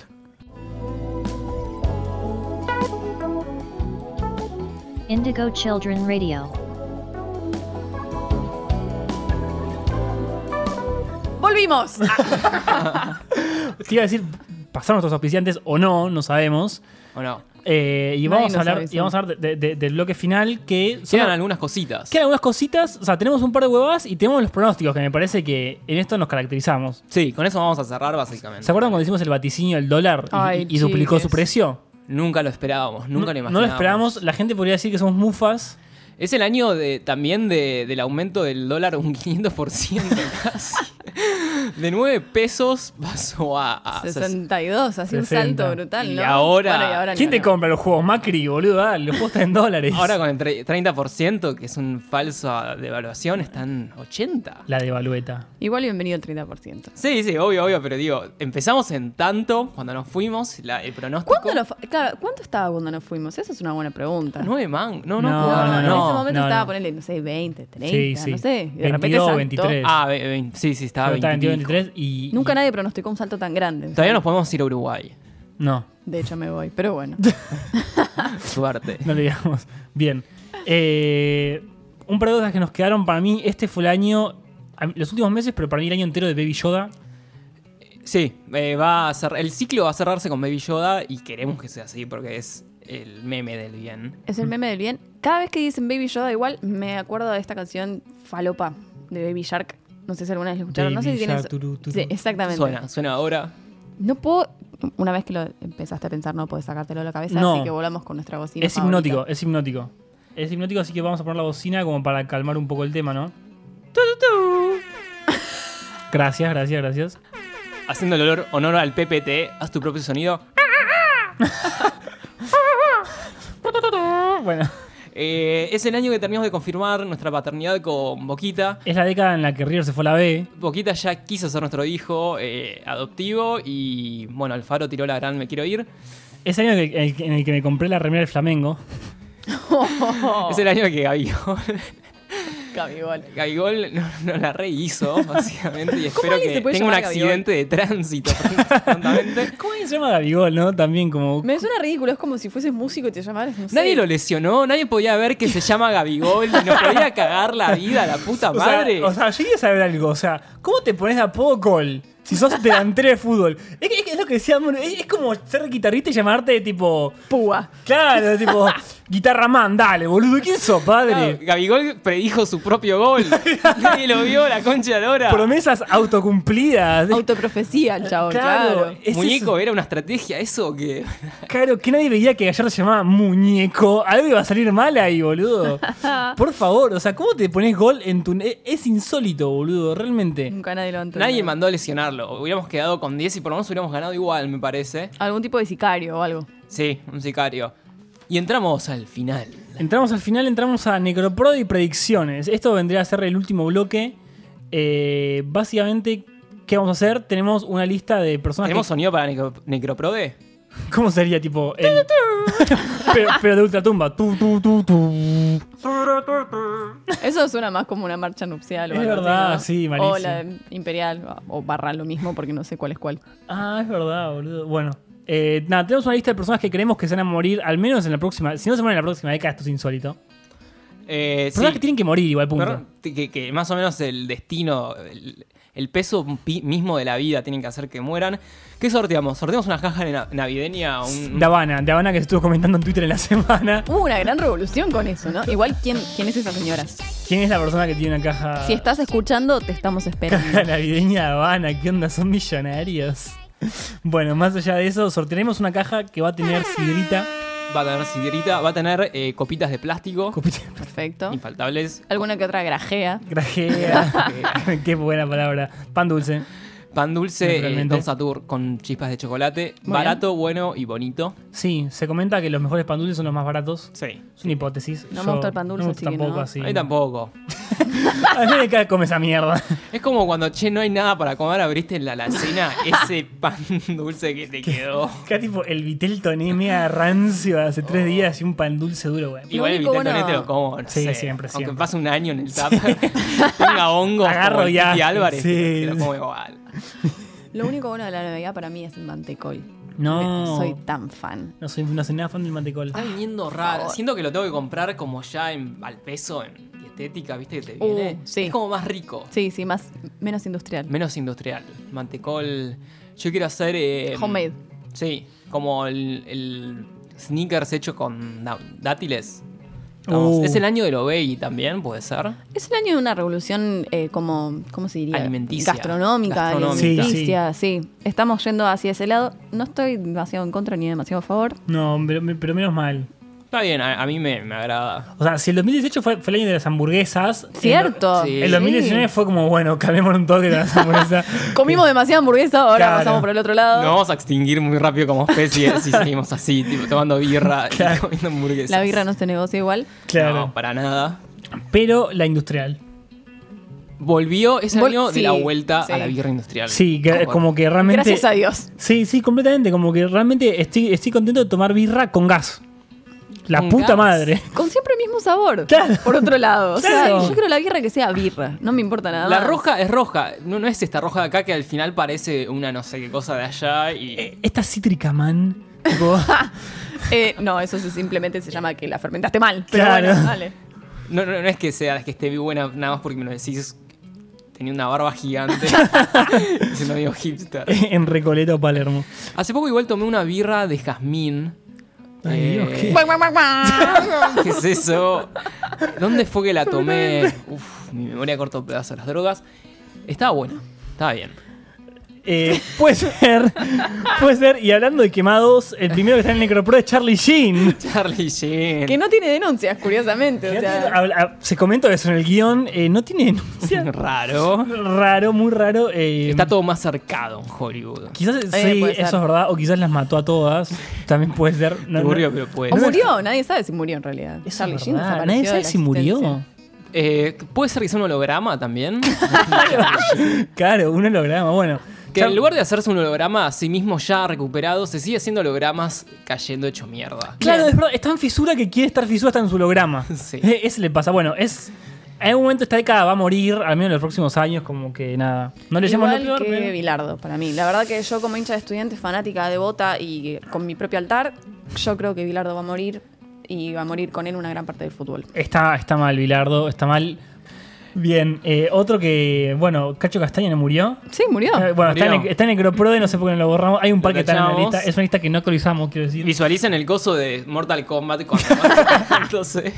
Indigo Children Radio. ¡Volvimos! Te iba a decir, pasaron nuestros auspiciantes o no, no sabemos. ¿O no? Eh, y, Nadie vamos a nos hablar, avisa. y vamos a hablar de- de- del bloque final que son- Quedan algunas cositas. quedan algunas cositas. O sea, tenemos un par de huevadas y tenemos los pronósticos, que me parece que en esto nos caracterizamos. Sí, con eso vamos a cerrar básicamente. ¿Se acuerdan cuando hicimos el vaticinio del dólar y- Ay, y, duplicó su chiques. precio? Nunca lo esperábamos, nunca lo No- imaginábamos. No lo esperábamos. La gente podría decir que somos mufas. Es el año de, también de- del aumento del dólar un 500% casi. De 9 pesos pasó a, Ah, a 62, así un 60. salto brutal, Y ¿no? ahora- Bueno, y ahora ¿Quién no, te no. compra los juegos Macri, boludo? Dale, los juegos están en dólares. Ahora con el tre- 30%, que es un falso devaluación, están 80. La devalueta. Igual bienvenido al 30%. Sí, sí, obvio, obvio, pero digo, empezamos en tanto cuando nos fuimos, la- el pronóstico. ¿Cuánto, nos fa- claro, ¿Cuánto estaba cuando nos fuimos? Esa es una buena pregunta. 9 man. No, no, No, jugaba, no, en no. ese momento no, estaba, no. ponerle, no sé, 20, 30, Sí, sí. no sé. Y de 22, repente saltó. 23. Ah, ve- ve- sí, sí, estaba Ahora está 20 22, y pico. 23 y. Nunca y- nadie pronosticó un salto tan grande. Todavía nos podemos ir a Uruguay. No, De hecho, me voy, pero bueno. Suerte. no le digamos. Bien. Eh, un par de cosas que nos quedaron para mí. Este fue el año. a mí- Los últimos meses, pero para mí el año entero de Baby Yoda. Sí, eh, va a cer- el ciclo va a cerrarse con Baby Yoda y queremos que sea así porque es el meme del bien. Es el meme del bien. Cada vez que dicen Baby Yoda, igual me acuerdo de esta canción Falopa de Baby Shark. No sé si alguna vez la escucharon. no sé Baby si tienen. Shark, turu, turu. Sí, exactamente. Suena, suena ahora. No puedo. Una vez que lo empezaste a pensar, no puedes sacártelo de la cabeza. No. Así que volamos con nuestra bocina. Es favorita. hipnótico, es hipnótico. Es hipnótico, así que vamos a poner la bocina como para calmar un poco el tema, ¿no? Gracias, gracias, gracias. Haciendo el olor, honor al PPT, haz tu propio sonido. Bueno, Eh, es el año que terminamos de confirmar nuestra paternidad con Boquita. es la década en la que River se fue a la B. Boquita ya quiso ser nuestro hijo eh, adoptivo y bueno, Alfaro tiró la gran me quiero ir. Es el año en el, en el que me compré la remera del Flamengo. Es el año que Gabigol, Cabibol. Gabigol no, no la rehizo, básicamente, y espero alguien que se puede tenga un llamar Gabigol? accidente de tránsito prontamente. ¿Cómo alguien se llama Gabigol, no? También como... Me suena ridículo. Es como si fueses músico y te llamaras. No sé. Nadie lo lesionó, nadie podía ver que se llama Gabigol, y nos podía cagar la vida, la puta O sea, madre. O sea, yo quería saber algo. O sea, ¿cómo te pones de apócol? Si sos delantero de fútbol. Es, que- es que es lo que decíamos, es, es como ser guitarrista y llamarte tipo. Púa. Claro, tipo. guitarra man, dale, boludo. ¿Quién sos, padre? Gabigol predijo su propio gol. Nadie lo vio, la concha de hora. Promesas autocumplidas. Autoprofecía el chabón, claro. Claro, es Muñeco, ¿era una estrategia eso o qué? Claro, que nadie veía que Gallardo se llamaba muñeco. Algo iba a salir mal ahí, boludo. Por favor, o sea, ¿cómo te pones gol en tu. e- Es insólito, boludo, realmente. Nunca nadie lo entendió. Nadie mandó a lesionarlo. Hubiéramos quedado con 10 y por lo menos hubiéramos ganado igual, me parece. Algún tipo de sicario o algo. Sí, un sicario. Y entramos al final. Entramos al final, entramos a Necroprod y predicciones. Esto vendría a ser el último bloque. Eh, básicamente, ¿qué vamos a hacer? Tenemos una lista de personas. ¿Tenemos que- sonido para necro- Necroprode? ¿Cómo sería tipo? el- pero, pero de ultratumba. Tu, tu, tu, tu. Eso suena más como una marcha nupcial. o Es algo así, verdad, ¿no? sí, O malísimo. la imperial, o barra lo mismo, porque no sé cuál es cuál. Ah, es verdad, boludo. Bueno. eh, nada, tenemos una lista de personas que creemos que se van a morir, al menos en la próxima. Si no se mueren en la próxima década, esto es insólito. Eh, Personas sí. que tienen que morir, igual, punto. Pero que, que más o menos el destino, el, el peso pi- mismo de la vida tienen que hacer que mueran. ¿Qué sorteamos? ¿Sorteamos una caja de na- navideña? Un, un- De Habana, de Habana que se estuvo comentando en Twitter en la semana. Hubo una gran revolución con eso, ¿no? Igual, ¿quién, quién es esa señora? ¿Quién es la persona que tiene una caja, Si estás escuchando, te estamos esperando. caja navideña de Habana? ¿Qué onda? Son millonarios. Bueno, más allá de eso, sortearemos una caja que va a tener sidrita. Va a tener sidrita, va a tener eh, copitas de plástico. Copita Perfecto. Infaltables. Alguna que otra grajea. grajea. Qué buena palabra. Pan dulce. Pan dulce, eh, Naturalmente. Don Satur con chispas de chocolate. Muy Barato, bueno y bonito. Sí, se comenta que los mejores pan dulces son los más baratos. Sí. Es una hipótesis. No me Yo- gusta el pan no dulce, me así gusta que tampoco no. así. A mí tampoco. A mí me cae come esa mierda. Es como cuando, che, no hay nada para comer, abriste la alacena, ese pan dulce que te quedó. Acá tipo el vitel toné mega rancio hace Oh. tres días y un pan dulce duro, güey. Igual el único vitel toné bueno- te lo como, no Sí, sé, siempre, Aunque siempre. pase un año en el tupper, tenga hongos Agarro como el ya, Titi Álvarez, sí. te lo como igual. Lo único bueno de la Navidad para mí es el mantecol. No. Soy Ah. tan fan. No soy, no soy nada fan del mantecol. Está viniendo raro. favor. Siento que lo tengo que comprar como ya en, al peso, en dietética, ¿viste? Que te viene. Uh, sí. Es como más rico, Sí, sí, más, menos industrial. menos industrial. Mantecol. Yo quiero hacer. eh, Homemade. Sí, como el, el sneakers hecho con da- dátiles. Estamos- Uh. Es el año del Obey también, puede ser. Es el año de una revolución eh, como, ¿cómo se diría? Alimenticia. Gastronómica, Gastronómica. alimenticia, sí, Estamos yendo hacia ese lado. No estoy demasiado en contra ni demasiado a favor. No, pero, pero menos mal. Está bien, a, a mí me, me agrada. O sea, si el 2018 fue, fue el año de las hamburguesas. Cierto. Sí. El, el 2019 fue como, bueno, calmémonos un toque de las hamburguesas. Comimos demasiada hamburguesa, ahora Claro. pasamos por el otro lado. Nos vamos a extinguir muy rápido como especie si seguimos así, tipo, tomando birra y comiendo hamburguesas. La birra no se negocia igual. Claro. No, para nada. Pero la industrial. Volvió ese Vol- año sí, de la vuelta sí. a la birra industrial. Sí, que- Como- como que realmente. Gracias a Dios. Sí, sí, completamente. Como que realmente estoy, estoy contento de tomar birra con gas. La Con puta gas. madre. Con siempre el mismo sabor. Claro. Por otro lado. O sea, Claro. yo quiero la birra que sea birra. No me importa nada. La más. roja es roja, no, no es esta roja de acá que al final parece una no sé qué cosa de allá y... Eh, Esta cítrica, man. Tipo, Eh, no, eso sí, simplemente se llama que la fermentaste mal. Pero Claro. bueno, dale. No, no, no es que sea que esté buena nada más porque me lo decís, tenía una barba gigante, se medio hipster. en Recoleta o Palermo. Hace poco igual tomé una birra de jazmín. Eh, Ay, Dios, qué- Guau, guau, guau, guau. ¿Qué es eso? ¿Dónde fue que la tomé? Uf, mi memoria a corto pedazo. Las drogas. Estaba buena. Estaba bien. Eh, puede ser. Puede ser. Y hablando de quemados, el primero que está en el Necropro es Charlie Sheen. Charlie Sheen. que no tiene denuncias, curiosamente. O sea, Habla- hab- se comenta eso en el guión. eh, no tiene denuncia. Raro. raro, muy raro. eh, Está todo más cercado en Hollywood. Quizás Eh, sí, puede eso ser. es verdad. O quizás las mató a todas. También puede ser. No, no. Aburrido, pero puede. o ser. murió, nadie sabe si murió en realidad. Eso es Charlie Sheen verdad, desapareció Nadie de sabe la si murió. existencia. Eh, puede ser que sea un holograma también. Claro, un holograma. Bueno. que Char- en lugar de hacerse un holograma a sí mismo ya recuperado, se sigue haciendo hologramas cayendo hecho mierda. Claro, es verdad, es tan fisura que quiere estar fisura hasta en su holograma. Sí. Eh, Ese le pasa. Bueno, es. En algún momento esta década va a morir, al menos en los próximos años, como que nada. No le llaman lo Igual peor, que pero- Bilardo, para mí. La verdad que yo como hincha de estudiante, fanática, devota y con mi propio altar, yo creo que Bilardo va a morir y va a morir con él una gran parte del fútbol. Está, está mal, Bilardo, está mal. Bien, eh, otro que, bueno, Cacho Castaña no murió. Sí, murió. Eh, bueno, está en, Murió. está en Necroprode, no sé por qué no lo borramos. Hay un par Lo que está en la tachamos. lista. Es una lista que no actualizamos, quiero decir. Visualicen el coso de Mortal Kombat cuando va entonces.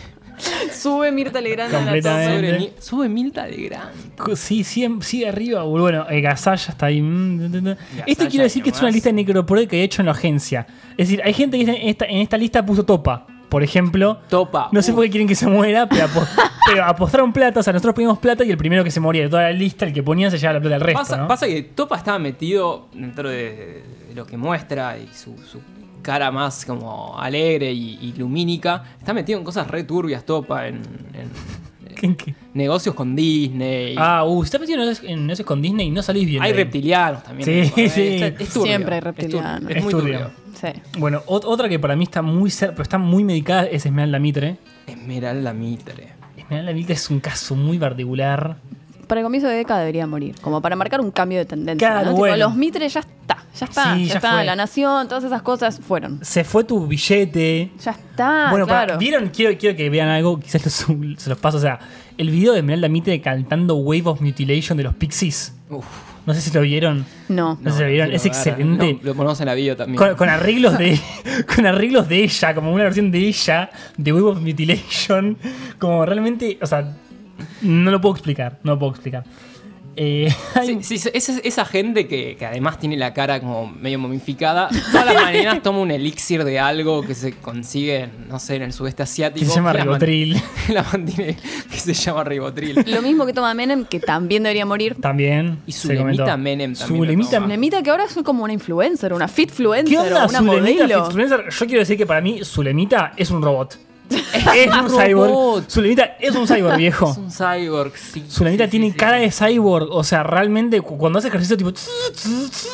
Sube Mirta Legrand a la Completamente. torre. Sobre mi- Sube Milta de gran. Co- Sí, sí, em, sí, arriba. boludo. Bueno, eh, Gazalla está ahí. Mm, da, da, da. Esto quiero decir que es una nomás. lista de Necroprode que he hecho en la agencia. Es decir, hay gente que dice, en esta, en esta lista puso topa, por ejemplo. Topa. No sé por qué quieren que se muera, pero, apo- pero apostaron plata. O sea, nosotros pedimos plata y el primero que se moría de toda la lista, el que ponían, se llevaba la plata al resto. Pasa, ¿no? pasa que Topa estaba metido dentro de, de lo que muestra y su, su cara más como alegre y, y lumínica. Está metido en cosas re turbias Topa, en, en eh, ¿En qué? negocios con Disney. Ah, uh, si estás metido en eso- en eso con Disney, no salís bien. hay de ahí. reptilianos también. Sí, Está- es sí. turbio, Siempre hay es turbio, reptilianos. Es, Es muy turbio. turbio. Sí. Bueno, ot- otra que para mí está muy cerca, pero está muy medicada es Esmeralda Mitre. Esmeralda Mitre. Esmeralda Mitre es un caso muy particular. Para el comienzo de década debería morir, como para marcar un cambio de tendencia. Claro, ¿no? Tipo, bueno. los Mitre ya está, ya está, Sí, ya, ya está, fue. la nación, todas esas cosas fueron. Se fue tu billete. Ya está, bueno, para- Ah, claro. ¿vieron? Quiero, quiero que vean algo, quizás los- se los paso. O sea, el video de Esmeralda Mitre cantando Wave of Mutilation de los Pixies. Uf. No sé si lo vieron. No. No, sé si lo vieron. quiero Es ver. excelente. No, lo ponemos en la bio también. Con, con arreglos de con arreglos de ella, como una versión de ella, de Wave of Mutilation. Como realmente, o sea, no lo puedo explicar, no lo puedo explicar. Eh, hay- Sí, sí, esa, esa gente que, que además tiene la cara como medio momificada, todas las mañanas toma un elixir de algo que se consigue, no sé, en el sudeste que asiático. se llama la man- Ribotril La mantiene, que se llama ribotril. Lo mismo que toma Menem, que también debería morir. también. Y se comentó. Zulemita Menem también. Zulemita lo toma. Nemita que ahora es como una influencer, una fitfluencer, Ah. ¿Qué onda una Zulemita modelo. Fitzfluencer? Yo quiero decir que para mí Zulemita es un robot. es un robot. cyborg. Zulemita es un cyborg, viejo. Es un cyborg, sí. Zulemita sí, tiene sí, sí. cara de cyborg. O sea, realmente cu- cuando hace ejercicio, tipo. tss, tss, tss, tss,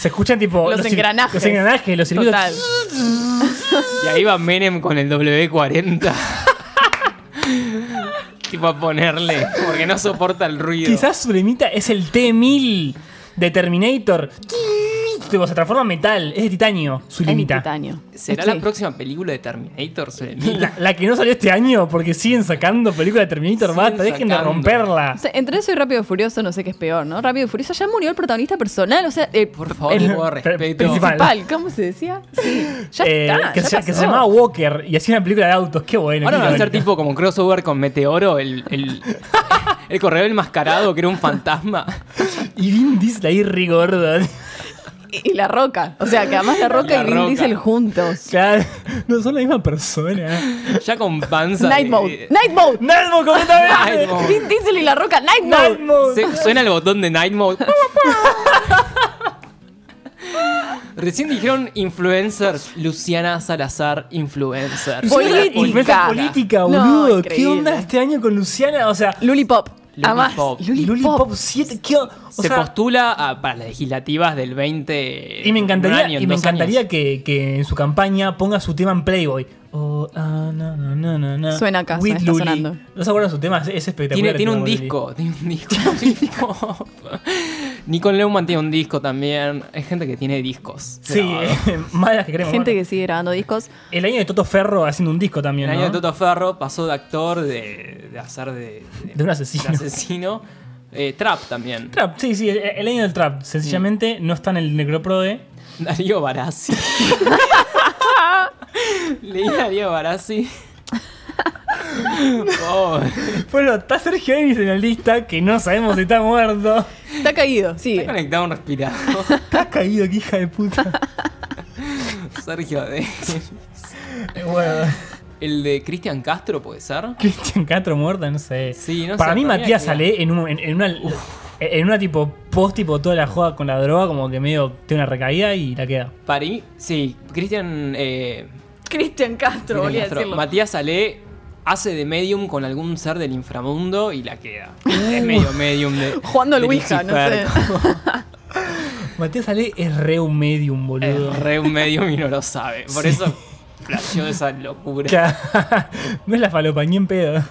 se escuchan tipo. Los sil- engranajes. Los engranajes, los silbidos. Total. tss. Y ahí va Menem con el W40. tipo a ponerle, porque no soporta el ruido. Quizás Zulemita es el T1000 de Terminator. Tipo, se transforma en metal. Es de titanio, Es Zulemita. titanio. ¿Será Sí. este la próxima película de Terminator, Zulemita? La, la que no salió este año, porque siguen sacando películas de Terminator. Siguen Basta, dejen de sacando. romperla. O sea, entre eso y Rápido y Furioso, no sé qué es peor, ¿no? Rápido y Furioso ya murió el protagonista personal, o sea, eh, Por favor, el un poco de Pero- respeto. principal. principal, ¿cómo se decía? Sí, ya Eh, está. que, ya se, que pasó. se llamaba Walker y hacía una película de autos. Qué bueno. Ahora qué van a ser bonito. tipo como un crossover con Meteoro, el, el, el corredor enmascarado que era un fantasma. Y Vin Diesel ahí rigordo. Y, y La Roca, o sea, que además La Roca La y Vin Roca. Diesel juntos. Claro, no son la misma persona. Ya con panza. de- Night Mode, Night Mode. ¡Nalmo, completamente! Night Eh, Mode. Vin Diesel y La Roca, Night Mode. Night Mode. Se- suena el botón de Night Mode. Recién dijeron influencer Luciana Salazar, influencer. Política. Influencia política, No, boludo. ¿Qué increíble. onda este año con Luciana? O sea, Lulipop. Lulipop. Además, Lulipop. Lollipop 7. ¿qué o- o Se sea, postula a- para las legislativas del 20. y me encantaría, un año, y me dos encantaría años. que, que en su campaña ponga su tema en Playboy. Oh, ah, na, na, na, na, na. Suena acá, With está Luli. sonando. ¿No se acuerdan su tema? Es- Es espectacular. Tiene, el tiene tema un de Luli. disco, tiene un disco. Nicole Neumann tiene un disco también. Hay gente que tiene discos. Sí, grabados. más de las que queremos. Gente bueno. que sigue grabando discos. El año de Toto Ferro haciendo un disco también. El año ¿no? de Toto Ferro pasó de actor de, de hacer de, De un asesino. de asesino. Eh, trap también. Trap, sí, sí, el, el año del trap. Sencillamente no está en el Necroprode. Darío Barassi. Leí Darío Barassi. Oh, Pobre. Bueno, está Sergio Enis en la lista, que no sabemos si está muerto. Está caído, sigue. Está conectado a un respirador. Está caído, que hija de puta. Sergio de. bueno, El de Cristian Castro, ¿puede ser? Cristian Castro muerto, no sé. Sí, no Para sé, mí, para mí Matías acá. sale en, un- en, en una. En una tipo post, tipo toda la joda con la droga, como que medio tiene una recaída y la queda. Para mí, sí. Cristian. eh, Cristian Castro, Cristian volví a Castro. decirlo. Matías Ale hace de medium con algún ser del inframundo y la queda. es medio medium de. Uh. Jugando al de Ouija, no Lucifer. Matías Ale es re un medium, boludo. Es re un medium y no lo sabe. Por eso flasheó esa locura. Claro. no es la falopa, ni en pedo.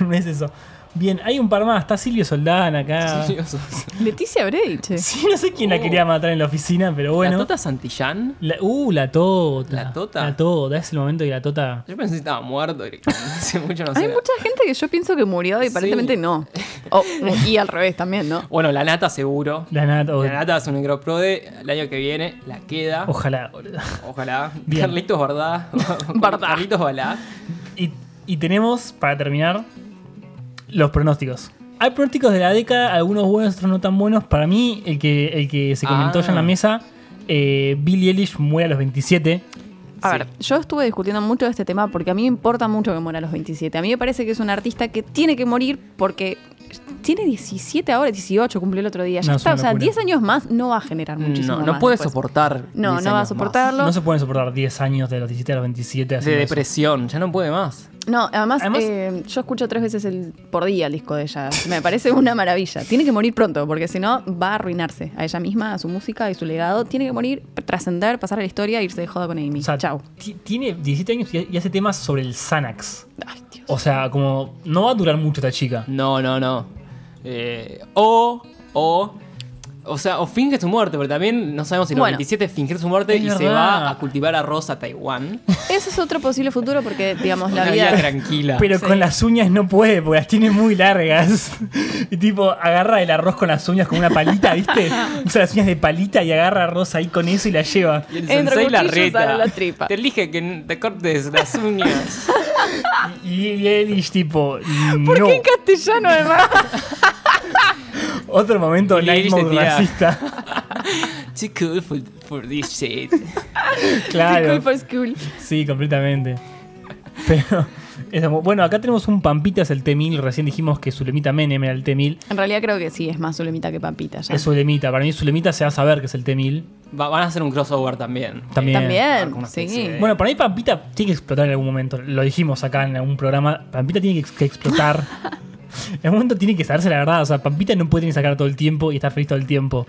no es eso. Bien, hay un par más. Está Silvio Soldán acá. Silvio Leticia Brediche. Sí, no sé quién la quería matar en la oficina, pero bueno. Uh. ¿La Tota Santillán? La- uh, la Tota. ¿La Tota? La Tota. Es el momento que la Tota. Yo pensé que estaba muerto directamente. Hace mucho no sé. Hay mucha gente que yo pienso que murió y aparentemente no. O- y al revés también, ¿no? Bueno, la nata seguro. La Nata. o- La nata es un necroprode. El año que viene la queda. Ojalá, boludo. Ojalá. Bien. Carlitos Bardá. Carlitos Balá. Y, y tenemos, para terminar, los pronósticos. Hay pronósticos de la década, algunos buenos, otros no tan buenos. Para mí, el que, el que se comentó Ah. ya en la mesa, eh, Billie Eilish muere a los 27. A ver, yo estuve discutiendo mucho de este tema porque a mí me importa mucho que muera a los 27. A mí me parece que es un artista que tiene que morir porque tiene 17 ahora, 18 cumplió el otro día. Ya No, es está, una o sea, locura. 10 años más no va a generar muchísimo Mm, No, no más puede después. soportar. No, no 10 va a años más. soportarlo. No se pueden soportar 10 años de los 17 a los 27. De haciendo eso. depresión. Ya no puede más. No, además, Además- eh, yo escucho tres veces el, por día el disco de ella. Me parece una maravilla. Tiene que morir pronto, porque si no va a arruinarse a ella misma, a su música y su legado. Tiene que morir, trascender, pasar a la historia e irse de joda con Amy. O sea, Chau. ti- Tiene 17 años y y hace temas sobre el Xanax. Ay, Dios. O sea, como no va a durar mucho esta chica. No, no, no. Eh, o, o. O sea, o finge su muerte, pero también no sabemos si los Bueno. 27 fingir su muerte Es y se verdad. va a cultivar arroz a Taiwán. Ese es otro posible futuro porque, digamos, la Una vida... vida tranquila. Pero con las uñas no puede, porque las tiene muy largas. Y tipo, agarra el arroz con las uñas con una palita, ¿viste? Usa las uñas de palita y agarra arroz ahí con eso y la lleva. Y el Entre sensei la cuchillos reta. a la tripa. Te elige que n- te cortes las uñas. Y y Eilish, tipo, no. ¿Por qué en castellano además? Otro momento Billie night Eilish te mode tira. racista. Too cool for, for this shit. Claro. Cool for school. Sí, completamente. Pero, eso, bueno, acá tenemos un Pampitas, el T-1000. Recién dijimos que Zulemita Menem era el T-1000. En realidad creo que sí, es más Zulemita que Pampita. ya. Es Zulemita. Para mí, Zulemita se va a saber que es el T-1000. Va- van a hacer un crossover también. También. con También, una sí. especie de- Bueno, para mí Pampita tiene que explotar en algún momento. Lo dijimos acá en algún programa. Pampita tiene que, ex- que explotar. en algún momento tiene que saberse la verdad. O sea, Pampita no puede ni sacar todo el tiempo y estar feliz todo el tiempo.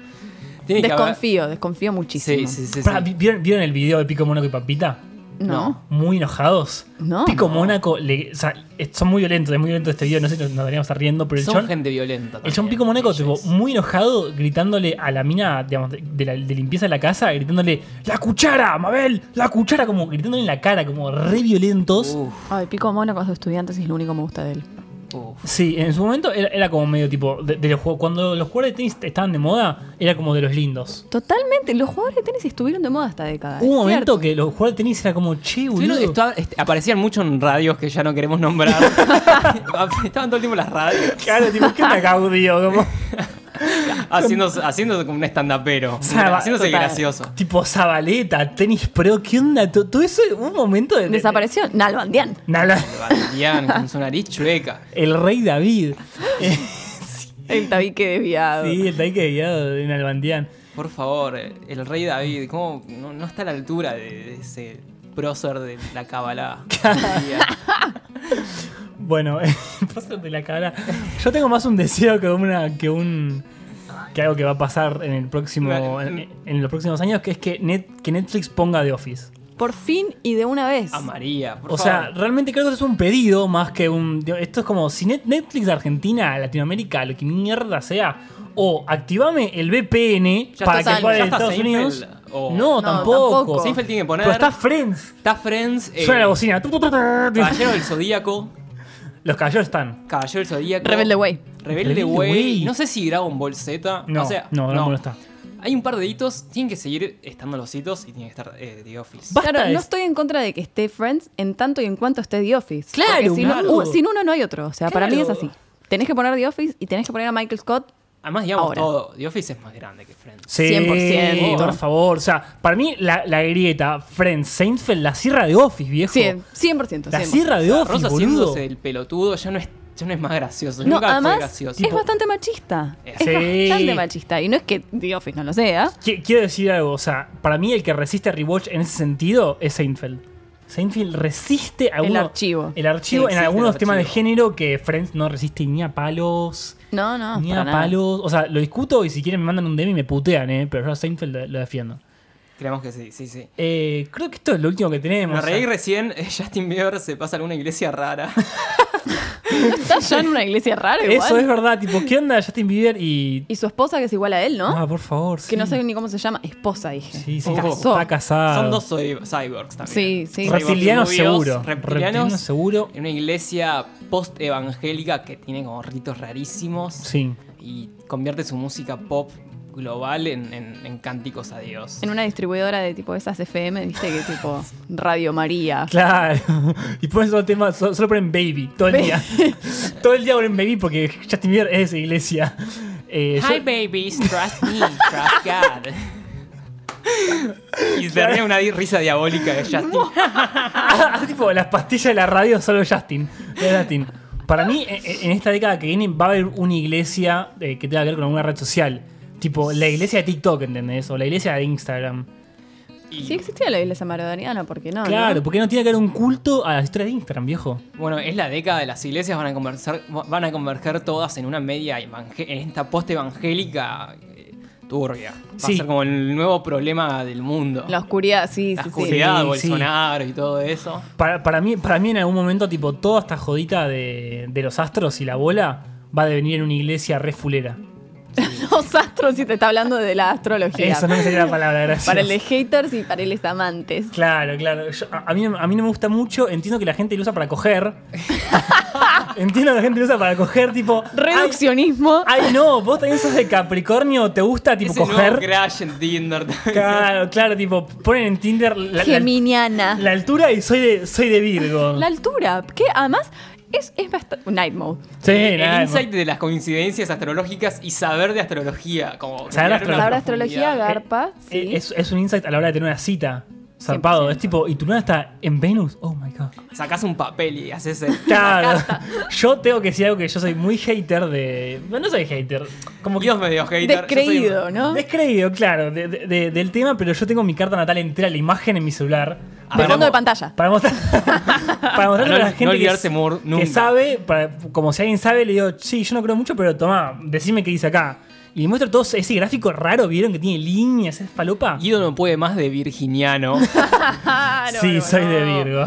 Tiene que haber- Desconfío, desconfío muchísimo. Sí, sí, sí. sí. Pará, ¿vi- ¿vieron, vieron el video de Pico Mónaco y Pampita? No. Muy enojados. No. Pico Mónaco, le- o sea, es- son muy violentos, es muy violento este video, no sé, nos, nos deberíamos estar riendo, pero el Son chon, gente violenta. el chon también, Pico Mónaco, tipo, ellos. muy enojado, gritándole a la mina, digamos, de, de la, de limpieza de la casa, gritándole, ¡La cuchara, Mabel! ¡La cuchara! Como gritándole en la cara, como re violentos. Uf, Ay, Pico Mónaco es de estudiantes y es lo único que me gusta de él. uf. Sí, en su momento era, era como medio tipo. De, de los juegos, cuando los jugadores de tenis estaban de moda, era como de los lindos. Totalmente, los jugadores de tenis estuvieron de moda esta década. Hubo un es momento cierto. que los jugadores de tenis era como, che, boludo. Estuvieron- estaba- este, aparecían mucho en radios que ya no queremos nombrar. Estaban todo el tiempo en las radios. Claro, tipo, ¿qué onda, Gaudio? Como, Haciéndose, haciéndose como un stand-upero. Saba- Haciéndose total. gracioso. tipo, Zabaleta, tenis pro, ¿qué onda? To- Todo eso, hubo un momento. De, Desapareció Nalbandian. Nala- Valdian, con su nariz chueca. el rey David. Eh, El tabique desviado. sí, el taque de Nalbandián. Por favor, eh, el rey David, ¿cómo no, no está a la altura de, de ese prócer de la Kabbalah? Bueno, pásate la cara. Yo tengo más un deseo que una que un que algo que va a pasar en el próximo en, en los próximos años que es que Net- que Netflix ponga The Office. Por fin y de una vez. A María, por O sea, favor. realmente creo que eso es un pedido más que un digo, esto es como si Net- Netflix de Argentina, Latinoamérica, lo que mierda sea o activame el VPN Ya para está que pueda de Seinfeld, ya Estados está Unidos. Seinfeld, o- No, No, tampoco. tampoco. Seinfeld tiene que poner- Pero está Friends. Está Friends. eh, Suena la bocina. Tu, tu, tu, tu, tu. Caballero del Zodíaco. Los caballeros están. Caballero del Zodíaco. Rebelde Way. Rebelde Rebelde Way. Way. No sé si Dragon Ball Z. No, o sea, no, Dragon Ball no está. Hay un par de hitos, tienen que seguir estando los hitos y tiene que estar eh, The Office. Basta Claro, de- no estoy en contra de que esté Friends en tanto y en cuanto esté The Office. Claro, Porque sin, claro. u- sin uno no hay otro. O sea, para mí es Claro. así. Tenés que poner The Office y tenés que poner a Michael Scott. Además, digamos Ahora. todo, The Office es más grande que Friends. Sí, 100%. por favor. O sea, para mí la, la grieta Friends Seinfeld, la sierra de Office, viejo. 100%. 100%, La 100%. sierra de Office, Rosa boludo. haciéndose el pelotudo ya no es, ya no es más gracioso. No, Nunca fue además gracioso. es bastante machista. Es Sí. bastante machista. Y no es que The Office no lo sea. Qui- Quiero decir algo, o sea, para mí el que resiste a Rewatch en ese sentido es Seinfeld. Seinfeld resiste a El uno- archivo. El archivo en Resiste algunos el temas de archivo. género que Friends no resiste ni a palos. No, no. ni para a nada. palos. O sea, lo discuto y si quieren me mandan un DM y me putean, ¿eh? Pero yo a Seinfeld lo- lo defiendo. Creemos que sí, sí, sí. Eh, creo que esto es lo último que tenemos. Me reí recién, eh, Justin Bieber se pasa a alguna iglesia rara. Está ya en una iglesia rara igual. Eso es verdad, tipo, ¿qué onda Justin Bieber y. Y su esposa que es igual a él, ¿no? Ah, por favor. Que no sé ni cómo se llama. Esposa, dije. Sí, sí, Se casó. está casado. Son dos cy- cyborgs también. Ah. Sí, sí. Cyborgs Reptilianos rubios, seguro. Reptilianos Reptilianos seguro. En una iglesia post-evangélica que tiene como ritos rarísimos. Sí. Y convierte su música pop global en, en- en cánticos a Dios. En una distribuidora de tipo esas FM, viste que tipo Radio María. Claro. Y ponen solo temas, solo, solo ponen baby todo el día. todo el día ponen baby porque Justin Bieber es de iglesia. Eh, yo- Hi babies, trust me, trust God. y se ríe una di- risa diabólica de Justin. Ah, tipo, las pastillas de la radio solo Justin. Era Justin. Para mí, e- e- en esta década que viene va a haber una iglesia eh, que tenga que ver con alguna red social. Tipo, la iglesia de TikTok, ¿entendés? O la iglesia de Instagram. Y, Sí existía la iglesia maradoniana, ¿por qué no? claro, Ah, no? porque no tiene que haber un culto a las historias de Instagram, viejo. bueno, es la década de las iglesias, van a conversar, van a converger todas en una media evangé- en esta post evangélica turbia. Va Sí. a ser como el nuevo problema del mundo. La oscuridad, sí, La sí, sí. oscuridad, Sí, sí. Bolsonaro y todo eso. Para, para mí, para mí, en algún momento, tipo, toda esta jodita de, de los astros y la bola va a devenir en una iglesia refulera. Los astros, si te está hablando de la astrología. Eso no me salía la palabra, gracias. Para el de haters y para el de amantes. Claro, claro. Yo- a, a mí, no- a mí no me gusta mucho. Entiendo que la gente lo usa para coger. Entiendo que la gente lo usa para coger, tipo. Reduccionismo. Ay, ay, no, vos también sos de Capricornio, ¿te gusta, tipo, Ese nuevo coger? crash en Tinder. Claro, claro, tipo, ponen en Tinder la, la- Geminiana. la altura y soy de, soy de Virgo. La altura, que además es, es bastante. Night mode. sí, el nada, insight de las coincidencias astrológicas y saber de astrología. Como Saber mirar astrología. Saber una astrología, profundidad. garpa. eh, Sí. Es, es un insight a la hora de tener una cita. Zarpado. Es tipo, ¿y tu luna está en Venus? Oh my god. Sacás un papel y haces el. Claro. Yo tengo que decir algo que yo soy muy hater de. No soy hater. Como que Dios me dio hater. yo soy- Descreído, ¿no? Descreído, claro, de- de- de- del tema, pero yo tengo mi carta natal entera, la imagen en mi celular. De fondo de pantalla. Para mostrar, para mostrarle Para a Ah, no- la no gente olvidarse que, mur- que nunca. sabe, para- como si alguien sabe, le digo, sí, yo no creo mucho, pero tomá, decime qué dice acá. Y le muestro todo ese gráfico raro, ¿vieron? Que tiene líneas, es palopa. Guido no puede más de virginiano. Claro, sí, bueno. soy de Virgo.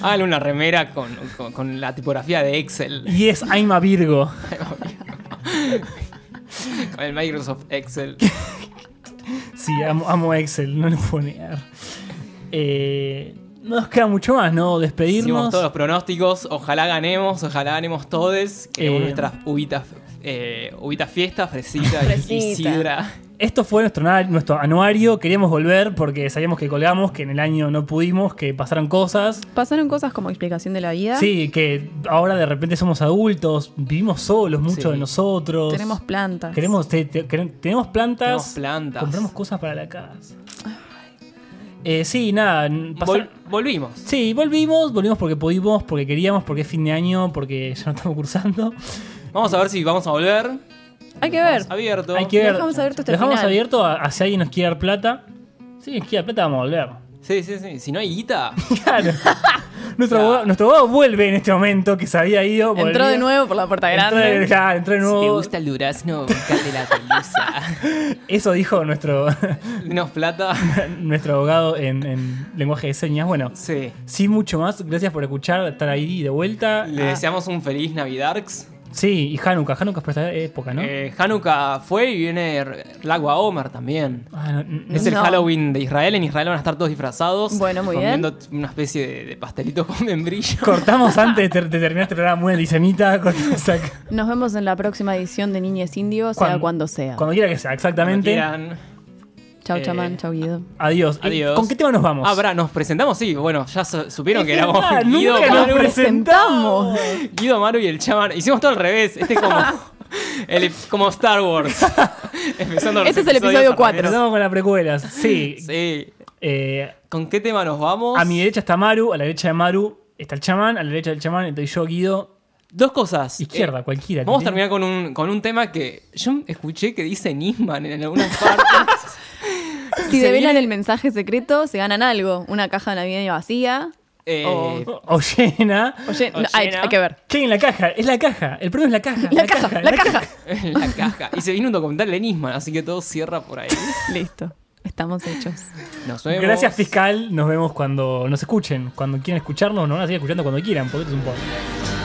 Hágale una remera con, con- con la tipografía de Excel. Y es I'm a Virgo. Con el Microsoft Excel. Sí, amo, amo Excel, no le puedo negar. Eh, no nos queda mucho más, ¿no? Hicimos Despedirnos. todos los pronósticos. Ojalá ganemos, ojalá ganemos todos. Queremos Eh. nuestras uvitas, eh, uvitas fiesta, fresita, y- y Fresita. sidra. Esto fue nuestro, na- nuestro anuario. Queríamos volver porque sabíamos que colgamos, que en el año no pudimos, que pasaron cosas. Pasaron cosas como explicación de la vida. Sí, que ahora de repente somos adultos, vivimos solos, muchos Sí. de nosotros. Tenemos plantas. Queremos, te- te- quere- tenemos plantas. Tenemos plantas. Compramos cosas para la casa. Eh, sí, nada. n- Vol- pasar- volvimos. sí, volvimos, volvimos porque pudimos, porque queríamos, porque es fin de año, porque ya no estamos cursando. Vamos a ver si vamos a volver. Hay que ver. Abierto. Hay que ver. Dejamos abierto hasta el Dejamos final. abierto a, a si alguien nos quiere dar plata. Si alguien nos quiere dar plata, vamos a volver. Sí, sí, sí. Si no hay guita, Claro. nuestro, Claro. abogado, nuestro abogado vuelve en este momento, que se había ido. Entró volvió. de nuevo por la puerta Entró grande. de, claro, entró de si te nuevo. gusta el durazno, buscate la pelusa. Eso dijo nuestro, Denos plata. nuestro abogado en, en lenguaje de señas. Bueno, Sí. sin mucho más, gracias por escuchar, estar ahí de vuelta. Le Ah, deseamos un feliz Navidad. Sí, y Hanukkah. Hanukkah es para esta época, ¿no? Eh, Hanukkah fue y viene R- Lagua Omer también. Ah, no, n- Es el No. Halloween de Israel. En Israel van a estar todos disfrazados. Bueno, muy bien. comiendo t- una especie de, de pastelitos con membrillo. Cortamos antes de, ter- de terminar este programa muy antisemita. cortamos acá. Nos vemos en la próxima edición de Niñez Indio, sea Cuan- cuando sea. Cuando quiera que sea, Cuando exactamente. quieran. Chau, Eh, chamán, chau, Guido. Adiós. Eh, Adiós. ¿Con qué tema nos vamos? Ah, pará, nos presentamos, sí. Bueno, ya su- supieron que éramos Ah, Guido, nunca nos Maru, presentamos. Guido Maru y el chamán. Hicimos todo al revés. Este es como, el- como Star Wars. Empezando los Este es el episodios episodio al cuatro. revés. Empezamos con las precuelas. Sí. Sí. Eh, ¿Con qué tema nos vamos? a mi derecha está Maru, a la derecha de Maru está el chamán, a la derecha del chamán estoy yo, Guido. Dos cosas. Izquierda, Eh, cualquiera. Vamos a ¿entendés? terminar con un, con un tema que yo escuché que dice Nisman en algunas partes. Si se develan viene- el mensaje secreto, se ganan algo. Una caja navideña vacía. Eh, O- O o llena. Oye, no, O hay, llena. hay que ver. Che, en la caja, es la caja. El problema es la caja. La, caja, la caja. la caja. Y se vino un documental de Nisman, así que todo cierra por ahí. Listo. Estamos hechos. Nos vemos. Gracias fiscal, nos vemos cuando nos escuchen. Cuando quieran escucharnos, nos van a seguir escuchando cuando quieran, porque esto es un podcast.